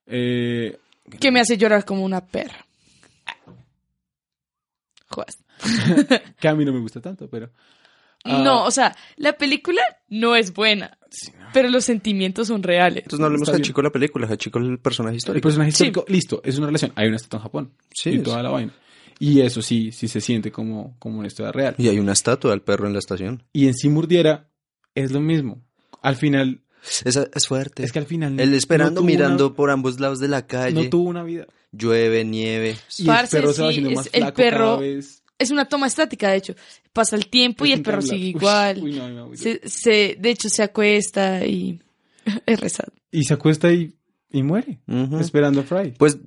Speaker 2: eh,
Speaker 3: Que me hace llorar como una perra. Joder.
Speaker 2: que a mí no me gusta tanto, pero... ah,
Speaker 3: No, o sea, la película no es buena,
Speaker 2: sí, no.
Speaker 3: pero los sentimientos son reales.
Speaker 4: Entonces no hablemos
Speaker 2: Está
Speaker 4: de
Speaker 2: bien.
Speaker 4: Chico la película, de Chico el personaje
Speaker 2: El
Speaker 4: histórico.
Speaker 2: personaje histórico, listo, es una relación. Hay una estatua en Japón
Speaker 4: Sí,
Speaker 2: y
Speaker 4: es-
Speaker 2: toda la vaina. Y eso sí, sí se siente como, como una historia real.
Speaker 4: Y hay una estatua del perro en la estación.
Speaker 2: Y en Si Murdiera es lo mismo. Al final,
Speaker 4: Esa es fuerte.
Speaker 2: es que al final...
Speaker 4: Él esperando,
Speaker 2: no tuvo
Speaker 4: mirando
Speaker 2: una-
Speaker 4: por ambos lados de la calle.
Speaker 2: no tuvo una vida.
Speaker 4: Llueve, nieve.
Speaker 2: Y
Speaker 3: Parce,
Speaker 2: el perro se va
Speaker 3: sí,
Speaker 2: haciendo
Speaker 3: es-
Speaker 2: más
Speaker 3: el
Speaker 2: flaco
Speaker 3: perro
Speaker 2: cada vez.
Speaker 3: Es una toma estática, de hecho. Pasa el tiempo y
Speaker 2: Es
Speaker 3: el
Speaker 2: un
Speaker 3: perro
Speaker 2: timelapse.
Speaker 3: sigue
Speaker 2: Uy,
Speaker 3: igual.
Speaker 2: uy, no, no, uy, no.
Speaker 3: se, se- de hecho, se acuesta y es rezado.
Speaker 2: Y se acuesta y, y muere.
Speaker 4: Ujú.
Speaker 2: Esperando a Fry.
Speaker 4: Pues,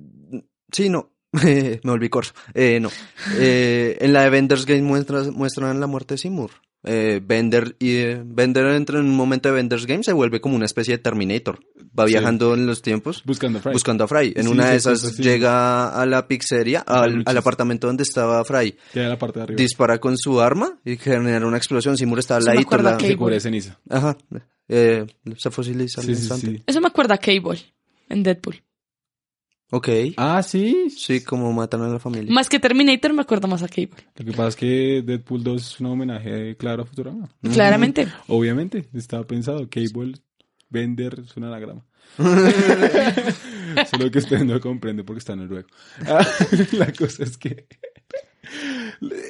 Speaker 4: sí, no. Me volví corso. Eh, no. Eh, en la de Bender's Game muestra- muestran la muerte de Seymour. Eh, Bender, y, eh, Bender entra en un momento de Bender's Game, se vuelve como una especie de Terminator. Va
Speaker 2: Sí.
Speaker 4: viajando en los tiempos.
Speaker 2: Buscando a Fry.
Speaker 4: Buscando a Fry. En
Speaker 2: Sí,
Speaker 4: una de
Speaker 2: sí, sí,
Speaker 4: esas
Speaker 2: sí, sí.
Speaker 4: llega a la pizzería, al, al
Speaker 2: Luchas.
Speaker 4: apartamento donde estaba Fry.
Speaker 2: Que era la parte de arriba.
Speaker 4: Dispara con su arma y genera una explosión. Seymour está al
Speaker 3: Sí, me
Speaker 4: ladito.
Speaker 3: acuerdo
Speaker 4: la-
Speaker 3: que-
Speaker 2: se cubre de ceniza.
Speaker 4: Ajá. Eh, se fosiliza al
Speaker 2: Sí, sí,
Speaker 4: instante.
Speaker 2: sí.
Speaker 3: Eso me acuerda a Cable en Deadpool.
Speaker 4: Ok.
Speaker 2: Ah, sí.
Speaker 4: Sí, como matan a la familia.
Speaker 3: Más que Terminator, me acuerda más a Cable.
Speaker 2: Lo que pasa es que Deadpool 2 es un homenaje claro a Futurama.
Speaker 3: Claramente.
Speaker 2: Obviamente, estaba pensado. Cable, Bender, es un anagrama. Solo que usted no comprende porque está en noruego. Ah, la cosa es que.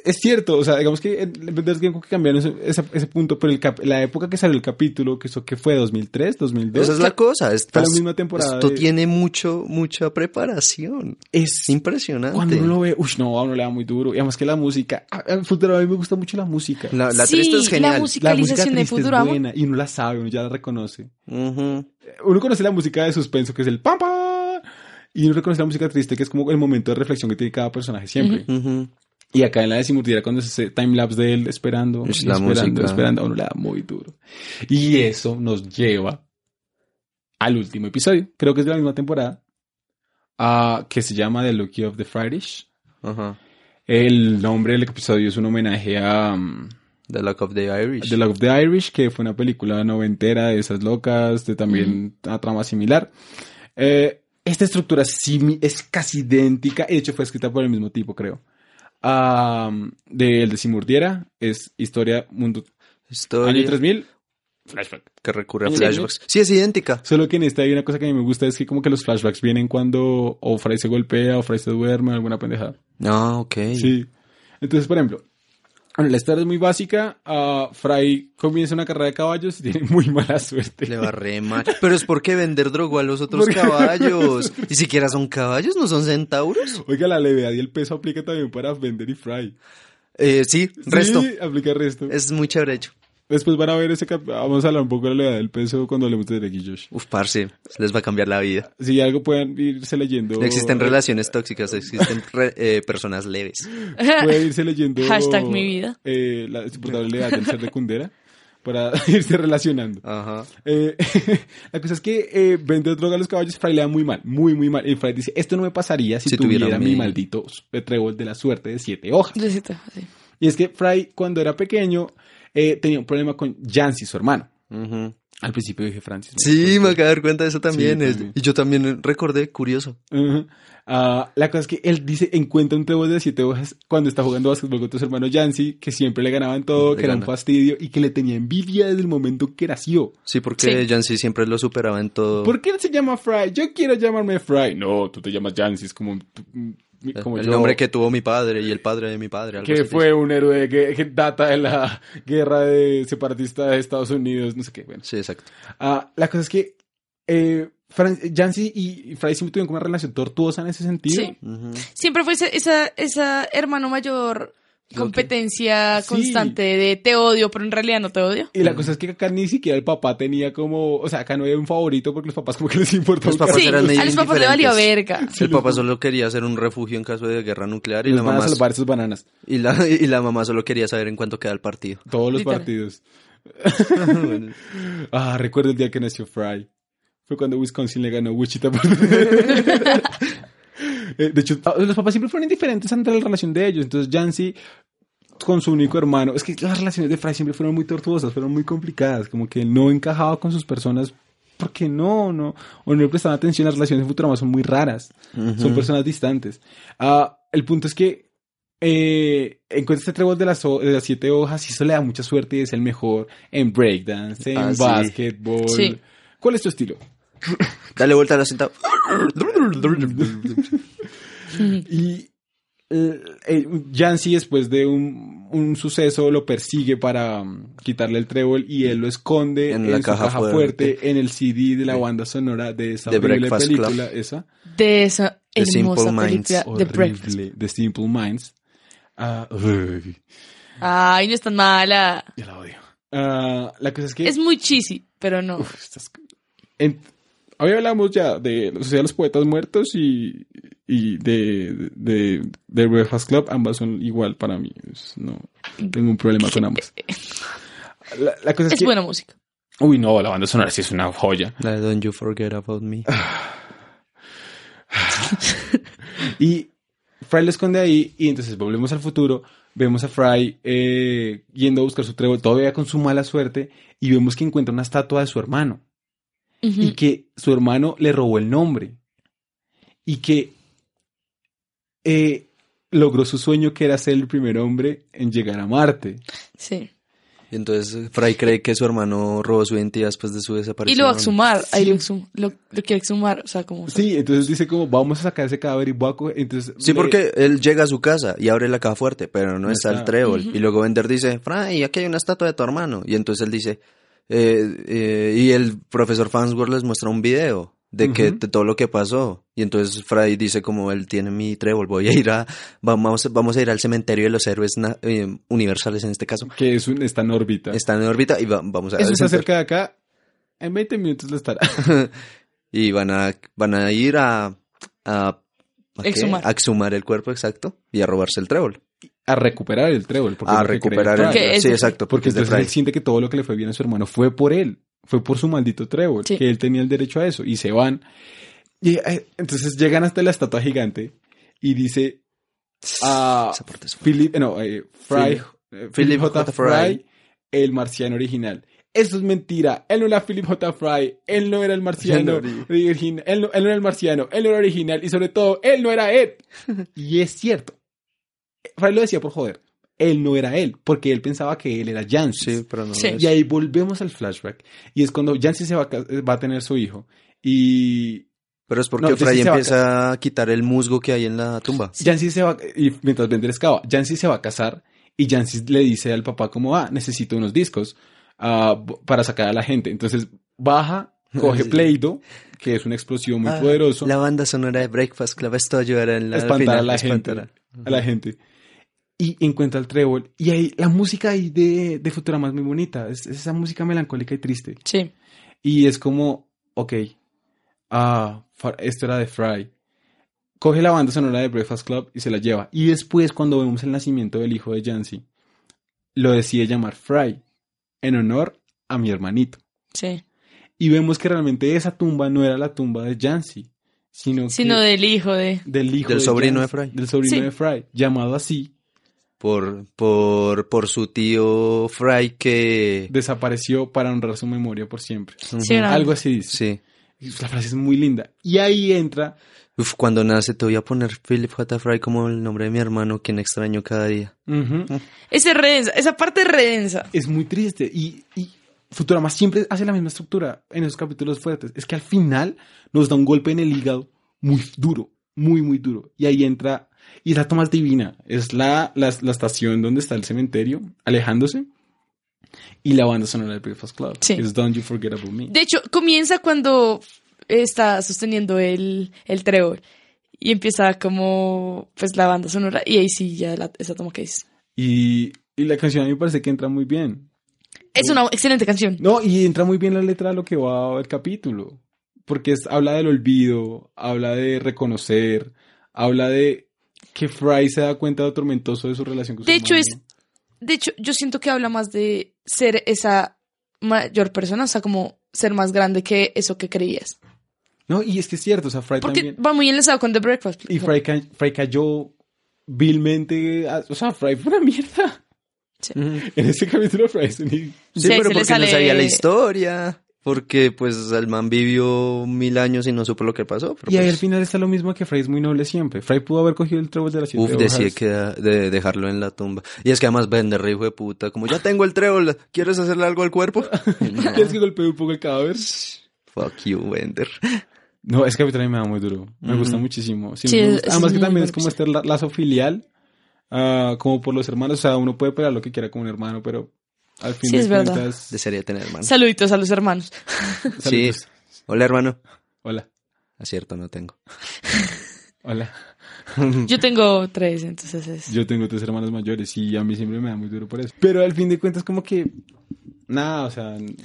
Speaker 2: Es cierto, o sea, digamos que en Bender's Game como que cambiaron ese, ese- ese punto, pero el cap- la época que salió el capítulo, que, eso, que fue 2003, 2002,
Speaker 4: Esa es la cosa. estás-
Speaker 2: misma temporada
Speaker 4: Esto
Speaker 2: de-
Speaker 4: tiene mucho, mucha preparación.
Speaker 2: es
Speaker 4: Impresionante.
Speaker 2: Cuando uno lo ve, uy, no, a uno le da muy duro. Y además que la música, a, a Futurama a mí me gusta mucho la música.
Speaker 4: La, la
Speaker 3: sí,
Speaker 4: triste es
Speaker 3: la
Speaker 4: genial.
Speaker 3: musicalización de
Speaker 2: triste es
Speaker 3: Futurama.
Speaker 2: buena y uno la sabe, uno ya la reconoce.
Speaker 4: Ujú.
Speaker 2: Uno conoce la música de suspenso, que es el pam pam, y uno reconoce la música triste, que es como el momento de reflexión que tiene cada personaje siempre.
Speaker 4: Ujú.
Speaker 2: Y acá en la de Simurdiera, cuando se hace timelapse de él esperando,
Speaker 4: Es
Speaker 2: y
Speaker 4: la
Speaker 2: esperando,
Speaker 4: música.
Speaker 2: esperando, a uno le da muy duro. Y eso nos lleva al último episodio, creo que es de la misma temporada, ah, que se llama The Lucky of the Fridays.
Speaker 4: Ajá.
Speaker 2: El nombre del episodio es un homenaje a mm,
Speaker 4: The Luck of the Irish.
Speaker 2: The Love of the Irish, que fue una película noventera de esas locas, de también una trama similar. Eh, esta estructura simi- es casi idéntica, de hecho fue escrita por el mismo tipo, creo. Ah, de El de Si Murdiera, es historia mundo año
Speaker 4: Historia
Speaker 2: 3000, flashback.
Speaker 4: que recurre a
Speaker 2: Año
Speaker 4: flashbacks. Sí, es idéntica.
Speaker 2: Solo que en esta hay una cosa que a mí me gusta, es que como que los flashbacks vienen cuando o Fry se golpea, o Fry se duerme, alguna pendejada.
Speaker 4: Ah, ok.
Speaker 2: Sí. Entonces, por ejemplo, bueno, la historia es muy básica. ah, Fry comienza una carrera de caballos y tiene muy mala suerte.
Speaker 4: Le va re mal. Pero es porque vender drogo a los otros
Speaker 2: Porque-
Speaker 4: caballos. Ni siquiera son caballos, no son centauros.
Speaker 2: Oiga, la levedad y el peso aplica también para Bender y Fry.
Speaker 4: Eh, sí, resto.
Speaker 2: Sí, aplica resto.
Speaker 4: Es muy chévere hecho.
Speaker 2: Después van a ver ese cap- Vamos a hablar un poco de la edad del peso cuando hablemos de Drake y Josh.
Speaker 4: Uf, parce, les va a cambiar la vida.
Speaker 2: Si algo puedan irse leyendo.
Speaker 4: Existen relaciones tóxicas, existen re- eh, personas leves.
Speaker 2: Pueden irse leyendo.
Speaker 3: Hashtag mi vida.
Speaker 2: eh, la insoportable edad del ser de Kundera. Para irse relacionando.
Speaker 4: Ajá.
Speaker 2: Eh, la cosa es que eh, vender droga a los caballos, Fry le da muy mal, muy, muy mal. Y Fry dice, esto no me pasaría si,
Speaker 4: Si
Speaker 2: tuviera,
Speaker 4: tuviera
Speaker 2: mi
Speaker 4: mi-
Speaker 2: maldito trébol de la suerte de siete hojas.
Speaker 3: Yo sí te- sí.
Speaker 2: Y es que Fry, cuando era pequeño, eh, tenía un problema con Jancy, su hermano.
Speaker 4: Ujú.
Speaker 2: Al principio dije Francis. ¿no?
Speaker 4: Sí, me acabo de dar cuenta de eso también. es-
Speaker 2: también.
Speaker 4: Y yo también recordé, curioso.
Speaker 2: Ujú. Ah, la cosa es que él dice, encuentra un trébol de siete hojas cuando está jugando básquetbol con su hermano Jancy, que siempre le ganaban todo,
Speaker 4: Le
Speaker 2: que era un
Speaker 4: gana.
Speaker 2: fastidio y que le tenía envidia desde el momento que nació.
Speaker 4: Sí, porque
Speaker 3: Sí.
Speaker 4: Jancy siempre lo superaba en todo.
Speaker 2: ¿Por qué él se llama Fry? Yo quiero llamarme Fry. No, tú te llamas Jancy, es como, como
Speaker 4: el
Speaker 2: yo,
Speaker 4: nombre que tuvo mi padre y el padre de mi padre. algo
Speaker 2: que
Speaker 4: así.
Speaker 2: fue un héroe que, que data de la guerra de separatista de Estados Unidos, no sé qué. Bueno,
Speaker 4: Sí, exacto.
Speaker 2: Ah, la cosa es que eh, Fran- Jancy y Fry siempre tuvieron como una relación tortuosa en ese sentido.
Speaker 3: Sí.
Speaker 4: Ujú.
Speaker 3: Siempre fue esa, esa, esa hermano mayor competencia
Speaker 2: Sí.
Speaker 3: constante de te odio, pero en realidad no te odio.
Speaker 2: Y la cosa es que acá ni siquiera el papá tenía como, o sea, acá no había un favorito porque los papás como que les importaba.
Speaker 4: Los
Speaker 2: un
Speaker 4: papás
Speaker 2: carajo.
Speaker 3: Sí,
Speaker 4: eran medio
Speaker 3: a los papás le valió verga.
Speaker 4: El papá solo quería hacer un refugio en caso de guerra nuclear y la,
Speaker 2: Los van a
Speaker 4: mamá,
Speaker 2: salvar esas bananas.
Speaker 4: y, la, y la mamá solo quería saber en cuánto queda el partido.
Speaker 2: Todos los
Speaker 3: Literal.
Speaker 2: partidos. Ah, recuerdo el día que nació Fry. Fue cuando Wisconsin le ganó a Wichita. por- Eh, de hecho, ah, los papás siempre fueron indiferentes ante la relación de ellos. Entonces, Jancy con su único hermano. Es que las relaciones de Fry siempre fueron muy tortuosas, fueron muy complicadas. Como que no encajaba con sus personas. Porque no, no. O no le prestaban atención. Las relaciones en Futurama son muy raras. Son personas distantes. Ah, el punto es que eh, encuentra este trébol de las, ho- de las siete hojas y eso le da mucha suerte y es el mejor en breakdance, en
Speaker 4: Ah, sí.
Speaker 2: básquetbol.
Speaker 3: Sí.
Speaker 2: ¿Cuál es tu estilo?
Speaker 4: Dale vuelta a la cinta.
Speaker 3: Mm.
Speaker 2: Y eh, eh, Yancy, después de un, un suceso, lo persigue para mm, quitarle el trébol y él lo esconde en, la caja, fuerte, en el CD de la banda sonora de esa
Speaker 4: The
Speaker 2: horrible
Speaker 4: Breakfast Club.
Speaker 2: película, esa
Speaker 3: De esa
Speaker 4: The Simple
Speaker 3: hermosa
Speaker 4: Minds.
Speaker 3: película Uh, The Breakfast.
Speaker 2: horrible de Simple Minds. Ah, uy,
Speaker 3: Ay, no es tan mala.
Speaker 2: yo la odio. Ah, la cosa es que
Speaker 3: Es muy cheesy, pero no.
Speaker 2: Uf, estás- en- Hoy hablamos ya de la Sociedad de los Poetas Muertos y, y de, de, de Breakfast Club. Ambas son igual para mí. Es- No tengo un problema con ambas. La, la cosa es,
Speaker 3: es
Speaker 2: que...
Speaker 3: buena música.
Speaker 2: Uy, no, la banda sonora sí es una joya.
Speaker 4: La de Don't You Forget About Me.
Speaker 2: Y Fry lo esconde ahí y entonces volvemos al futuro. Vemos a Fry eh, yendo a buscar su trébol, todavía con su mala suerte, y vemos que encuentra una estatua de su hermano.
Speaker 3: Ujú.
Speaker 2: y que su hermano le robó el nombre y que eh, logró su sueño que era ser el primer hombre en llegar a Marte.
Speaker 3: Sí.
Speaker 4: Y entonces Fry cree que su hermano robó su identidad después de su
Speaker 3: Y
Speaker 4: desaparición.
Speaker 3: lo va a exhumar. Ahí lo, exhum- lo, lo quiere exhumar. O sea, como.
Speaker 2: Sí, entonces dice como vamos a sacar ese cadáver y voy a coger- Entonces,
Speaker 4: Sí,
Speaker 2: le-
Speaker 4: porque él llega a su casa y abre la caja fuerte, pero no
Speaker 2: No
Speaker 4: está
Speaker 2: está.
Speaker 4: el trébol. Y luego Vender dice, Fry, aquí hay una estatua de tu hermano. Y entonces él dice, eh, eh, y el profesor Fansworth les muestra un video de que
Speaker 2: Ujú.
Speaker 4: de todo lo que pasó. Y entonces Fry dice como él tiene mi trébol, voy a ir a, vamos, vamos a ir al cementerio de los héroes na- eh, universales en este caso.
Speaker 2: que es un, está en órbita.
Speaker 4: Está en órbita y va- vamos a
Speaker 2: Eso está cerca de acá. En 20 minutos lo estará.
Speaker 4: y van a, van a ir a, a, ¿a qué?
Speaker 3: Exhumar.
Speaker 4: a exhumar el cuerpo exacto y a robarse el trébol.
Speaker 2: A recuperar el trébol. porque es
Speaker 4: a
Speaker 2: lo que cree
Speaker 4: recuperar
Speaker 2: Fry.
Speaker 4: el
Speaker 3: Porque es
Speaker 4: sí
Speaker 3: de
Speaker 4: exacto
Speaker 2: Porque
Speaker 4: porque es de
Speaker 2: entonces él
Speaker 4: Fry
Speaker 2: siente que todo lo que le fue bien a su hermano fue por él, fue por su maldito trébol,
Speaker 3: Sí.
Speaker 2: que él tenía el derecho a eso, y se van. Y eh, entonces llegan hasta la estatua gigante y dice a
Speaker 4: Esa parte es-
Speaker 2: Philip, eh, no, eh, Fry, eh, Philip
Speaker 4: Philip
Speaker 2: J.
Speaker 4: J.
Speaker 2: Fry, el marciano original. Eso es mentira. Él no era Philip J. Fry. Él no era el marciano
Speaker 4: Original.
Speaker 2: original. Él no, él no era el marciano. Él no era original. Y sobre todo, él no era Ed. Y es cierto. Fry lo decía por joder. Él no era él. Porque él pensaba que él era Jancy.
Speaker 4: sí pues. pero no
Speaker 3: Sí.
Speaker 4: es-
Speaker 2: Y ahí volvemos al flashback. Y es cuando Jancy se va a, ca- eh, va a tener su hijo. Y
Speaker 4: pero es porque
Speaker 2: No, sí,
Speaker 4: Fry
Speaker 2: sí se va a
Speaker 4: empieza a quitar el musgo que hay en la tumba
Speaker 2: Jancy se va, y mientras Bender excava, Jancy se va a casar y Jancy le dice al papá como, ah, necesito unos discos ah, b- para sacar a la gente. Entonces baja, coge
Speaker 4: Sí.
Speaker 2: Play-Doh, que es un explosivo muy
Speaker 4: Ah,
Speaker 2: poderoso,
Speaker 4: la banda sonora de Breakfast Club esto ayudará en la
Speaker 2: a espantar a
Speaker 4: final,
Speaker 2: la
Speaker 4: espantará.
Speaker 2: gente. A la gente. y encuentra el trébol. Y ahí la música ahí de, de Futurama es muy bonita. Es, es esa música melancólica y triste.
Speaker 3: Sí.
Speaker 2: Y es como, ok, ah, Far- esto era de Fry. Coge la banda sonora de Breakfast Club y se la lleva. Y después, cuando vemos el nacimiento del hijo de Jancy, lo decide llamar Fry en honor a mi hermanito.
Speaker 3: Sí.
Speaker 2: Y vemos que realmente esa tumba no era la tumba de Jancy, sino,
Speaker 3: Sino
Speaker 2: que-
Speaker 3: del hijo de.
Speaker 2: del hijo
Speaker 4: Del
Speaker 2: de
Speaker 4: sobrino
Speaker 2: Jancy,
Speaker 4: de Fry.
Speaker 2: Del sobrino
Speaker 3: Sí.
Speaker 2: de Fry, llamado así,
Speaker 4: Por, por, por su tío Fry que...
Speaker 2: desapareció para honrar su memoria por siempre.
Speaker 3: Sí, era-
Speaker 2: Algo así dice.
Speaker 4: Sí.
Speaker 2: Y La frase es muy linda. Y ahí entra
Speaker 4: Uf, cuando nace te voy a poner Philip J. Fry como el nombre de mi hermano, quien extraño cada día.
Speaker 2: ujú,
Speaker 3: Ese redensa, esa parte es redensa.
Speaker 2: es muy triste. Y, y Futurama siempre hace la misma estructura en esos capítulos fuertes. Es que al final nos da un golpe en el hígado muy duro, muy, muy duro. Y ahí entra. Y es la toma es divina. Es la, la, la estación donde está el cementerio, alejándose. Y la banda sonora de Breakfast Club.
Speaker 3: Sí.
Speaker 2: Es Don't You Forget About Me.
Speaker 3: De hecho, comienza cuando está sosteniendo el, el trébol. Y empieza como, pues, la banda sonora. Y ahí sí, ya la- esa toma que dices.
Speaker 2: Y, y la canción a mí me parece que entra muy bien.
Speaker 3: Es una excelente canción.
Speaker 2: No, y entra muy bien la letra de lo que va el capítulo. Porque es, habla del olvido, habla de reconocer, habla de que Fry se da cuenta de lo tormentoso de su relación con su
Speaker 3: De hecho,
Speaker 2: hermano.
Speaker 3: es- De hecho, yo siento que habla más de ser esa mayor persona, o sea, como ser más grande que eso que creías.
Speaker 2: No, y es que es cierto, o sea, Fry
Speaker 3: Porque
Speaker 2: también.
Speaker 3: va muy enlazado con The Breakfast. Club.
Speaker 2: Y Fry, ca- Fry cayó vilmente. a- o sea, Fry fue una mierda.
Speaker 3: Sí.
Speaker 2: En ese capítulo, Fry es un-
Speaker 4: Sí,
Speaker 3: Sí, ahí se
Speaker 4: pero
Speaker 3: le
Speaker 4: porque no
Speaker 3: sale-
Speaker 4: sabía la historia. Porque pues el man vivió mil años y no supo lo que pasó. pero,
Speaker 2: Y ahí
Speaker 4: pues,
Speaker 2: al final está lo mismo que Fry es muy noble siempre. Fry pudo haber cogido el trébol de la ciudad.
Speaker 4: Uf, decía que de dejarlo en la tumba. Y es que además vender hijo de puta. Como ya tengo el trébol, ¿quieres hacerle algo al cuerpo? No,
Speaker 2: ¿Quieres que golpee un poco el cadáver?
Speaker 4: fuck you, Bender.
Speaker 2: No, es que a mí también me da muy duro. Me
Speaker 4: Ujú.
Speaker 2: gusta muchísimo. Sí,
Speaker 3: Sí,
Speaker 2: me
Speaker 3: es-
Speaker 2: gusta.
Speaker 3: es
Speaker 2: Además que
Speaker 3: muy
Speaker 2: también
Speaker 3: buen
Speaker 2: es como este la- lazo filial, ah, como por los hermanos. O sea, uno puede pelear lo que quiera con un hermano, pero al fin
Speaker 3: Sí,
Speaker 2: de
Speaker 3: es verdad.
Speaker 2: cuentas...
Speaker 4: Desearía tener hermano.
Speaker 3: Saluditos a los hermanos.
Speaker 4: Sí.
Speaker 2: saludos.
Speaker 4: Hola, hermano.
Speaker 2: Hola,
Speaker 4: Acierto, no tengo.
Speaker 2: hola.
Speaker 3: Yo tengo tres, entonces es...
Speaker 2: Yo tengo tres hermanos mayores y a mí siempre me da muy duro por eso. Pero al fin de cuentas como que... Nada, o sea... eh,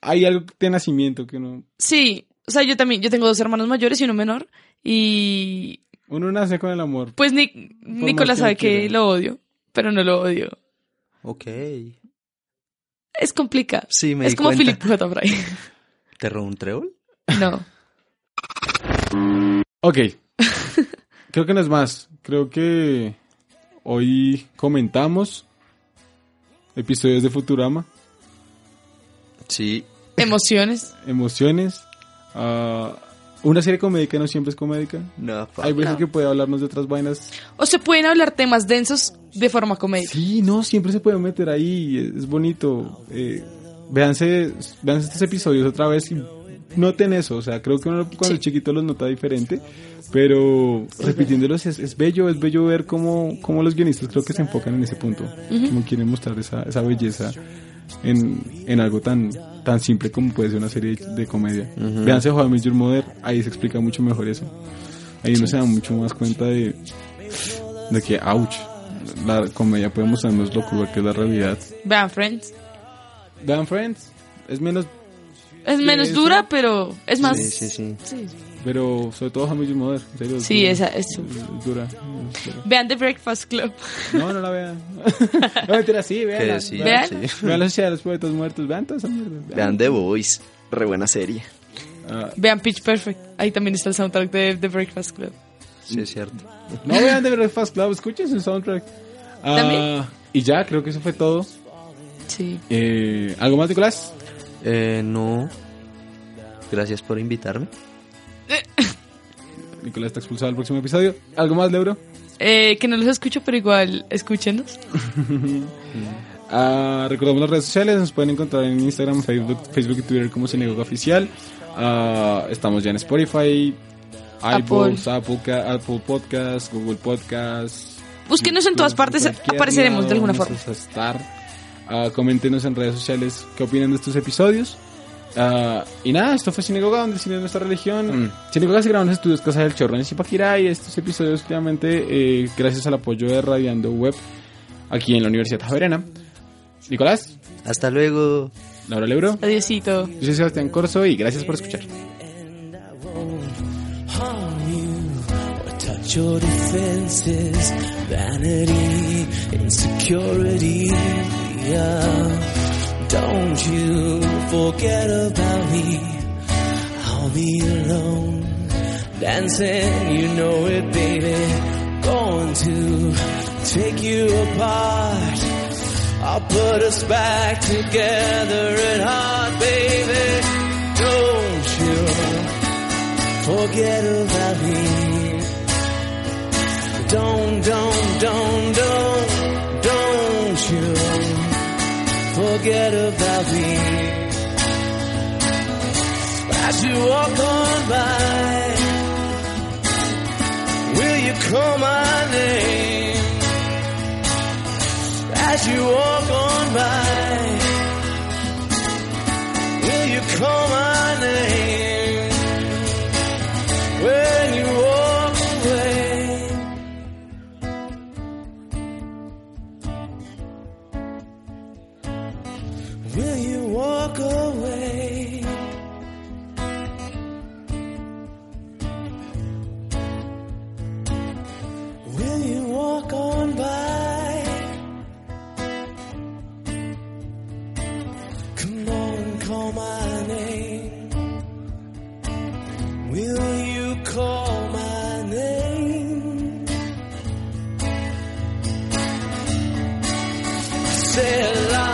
Speaker 2: Hay algo de nacimiento que uno...
Speaker 3: Sí, o sea, yo también, yo tengo dos hermanos mayores y uno menor. Y
Speaker 2: Uno nace con el amor.
Speaker 3: pues Nic-
Speaker 2: más
Speaker 3: Nicolás
Speaker 2: que
Speaker 3: sabe
Speaker 2: lo quiera.
Speaker 3: que lo odio, pero no lo odio.
Speaker 4: Ok.
Speaker 3: Es complicado.
Speaker 4: Sí, me
Speaker 3: es
Speaker 4: di
Speaker 3: como
Speaker 4: cuenta.
Speaker 3: Philip J. Fry.
Speaker 4: ¿Te robó un trébol?
Speaker 3: No.
Speaker 2: Ok. Creo que no es más. Creo que hoy comentamos episodios de Futurama,
Speaker 4: Sí.
Speaker 3: Emociones.
Speaker 2: emociones, ah, una serie comédica no siempre es comédica.
Speaker 4: No,
Speaker 2: Hay
Speaker 4: fuck.
Speaker 2: veces
Speaker 3: No.
Speaker 2: que puede hablarnos de otras vainas.
Speaker 3: O se pueden hablar temas densos de forma comédica.
Speaker 2: Sí, no, siempre se puede meter ahí, es es bonito. Eh, véanse, véanse estos episodios otra vez y noten eso. O sea, creo que uno cuando
Speaker 3: Sí.
Speaker 2: es chiquito los nota diferente, pero repitiéndolos es, es bello, es bello ver cómo, cómo los guionistas creo que se enfocan en ese punto, cómo quieren mostrar esa, esa belleza en, en algo tan, tan simple como puede ser una serie de, de comedia. Véanse Joven Your Mother, ahí se explica mucho mejor eso. Ahí uno se da mucho más cuenta de, de que, ouch, la comedia puede mostrarnos lo cruda que es la realidad.
Speaker 3: Vean, Friends.
Speaker 2: Dan Friends es menos,
Speaker 3: Es menos
Speaker 2: es
Speaker 3: dura, pero es más...
Speaker 4: Sí, sí, sí.
Speaker 3: Sí,
Speaker 2: pero sobre todo How I Met Your Mother, en serio. es
Speaker 3: Sí,
Speaker 2: dura.
Speaker 3: esa es su-
Speaker 2: Es dura. es dura.
Speaker 3: Vean The Breakfast Club.
Speaker 2: No, no la vean. No, mentira, sí, vean.
Speaker 4: Que sí,
Speaker 3: ¿Vean?
Speaker 4: sí.
Speaker 2: Vean la sociedad de los poetas muertos, vean toda esa mierda.
Speaker 4: Vean The Boys. Re buena serie.
Speaker 2: Ah,
Speaker 3: Vean Pitch Perfect. Ahí también está el soundtrack de The Breakfast Club.
Speaker 4: Sí, es cierto.
Speaker 2: no vean The Breakfast Club, escuchen su soundtrack. Ah,
Speaker 3: También.
Speaker 2: Y ya, creo que eso fue todo.
Speaker 3: Sí.
Speaker 2: Eh, ¿Algo más, Nicolás?
Speaker 4: Eh, no. Gracias por invitarme.
Speaker 2: Nicolás está expulsado del próximo episodio. ¿Algo más, Leuro?
Speaker 3: Eh, que no los escucho, pero igual escúchenos.
Speaker 2: Ah, recordamos las redes sociales, nos pueden encontrar en Instagram, Facebook, Facebook y Twitter como Cinegoga Oficial. Ah, estamos ya en Spotify,
Speaker 3: Apple.
Speaker 2: iVoox, Apple, Ca- Apple Podcast, Google Podcast.
Speaker 3: Búsquenos en todas
Speaker 2: YouTube,
Speaker 3: partes,
Speaker 2: Pues, cualquier
Speaker 3: apareceremos de
Speaker 2: lado
Speaker 3: alguna
Speaker 2: vamos
Speaker 3: forma.
Speaker 2: a estar. Ah, coméntenos en redes sociales qué opinan de estos episodios. Ah, y nada, esto fue Sinagoga, donde el cine es nuestra religión. Sinagoga se grabó en los estudios Casa del Chorro en Zipaquirá y estos episodios, obviamente, eh, gracias al apoyo de Radiando Web aquí en la Universidad Javeriana. Nicolás,
Speaker 4: Hasta luego.
Speaker 2: Laura Leuro,
Speaker 3: Adiosito.
Speaker 2: yo soy Sebastián Corso y gracias por escuchar.
Speaker 7: And I won't harm you or touch your defenses. Vanity, insecurity. yeah. Don't you forget about me. I'll be alone. Dancing, you know it, baby. Going to take you apart. I'll put us back together at heart, baby. Don't you forget about me. Don't, don't, don't, don't, don't you forget about me. As you walk on by, will you call my name? as you walk on by. Will you call my name when you walk away? Will you walk away? Will you walk on by? Come on, call my name. Will you call my name? I said la,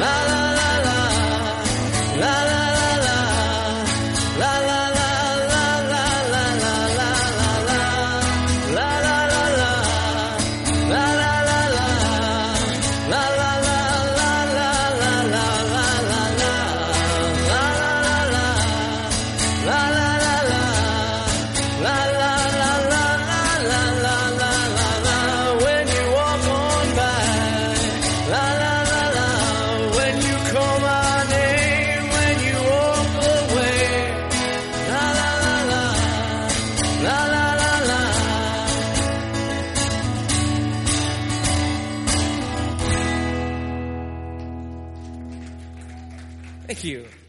Speaker 7: la la la la, la la la la, la la la la la la la la la la, la la la la, la la la la. La la la la la la la la la la la la la la la la la la la la la la la la la la when you walk on by la la la la when you call my name when you walk away la la la la la la la la Thank you.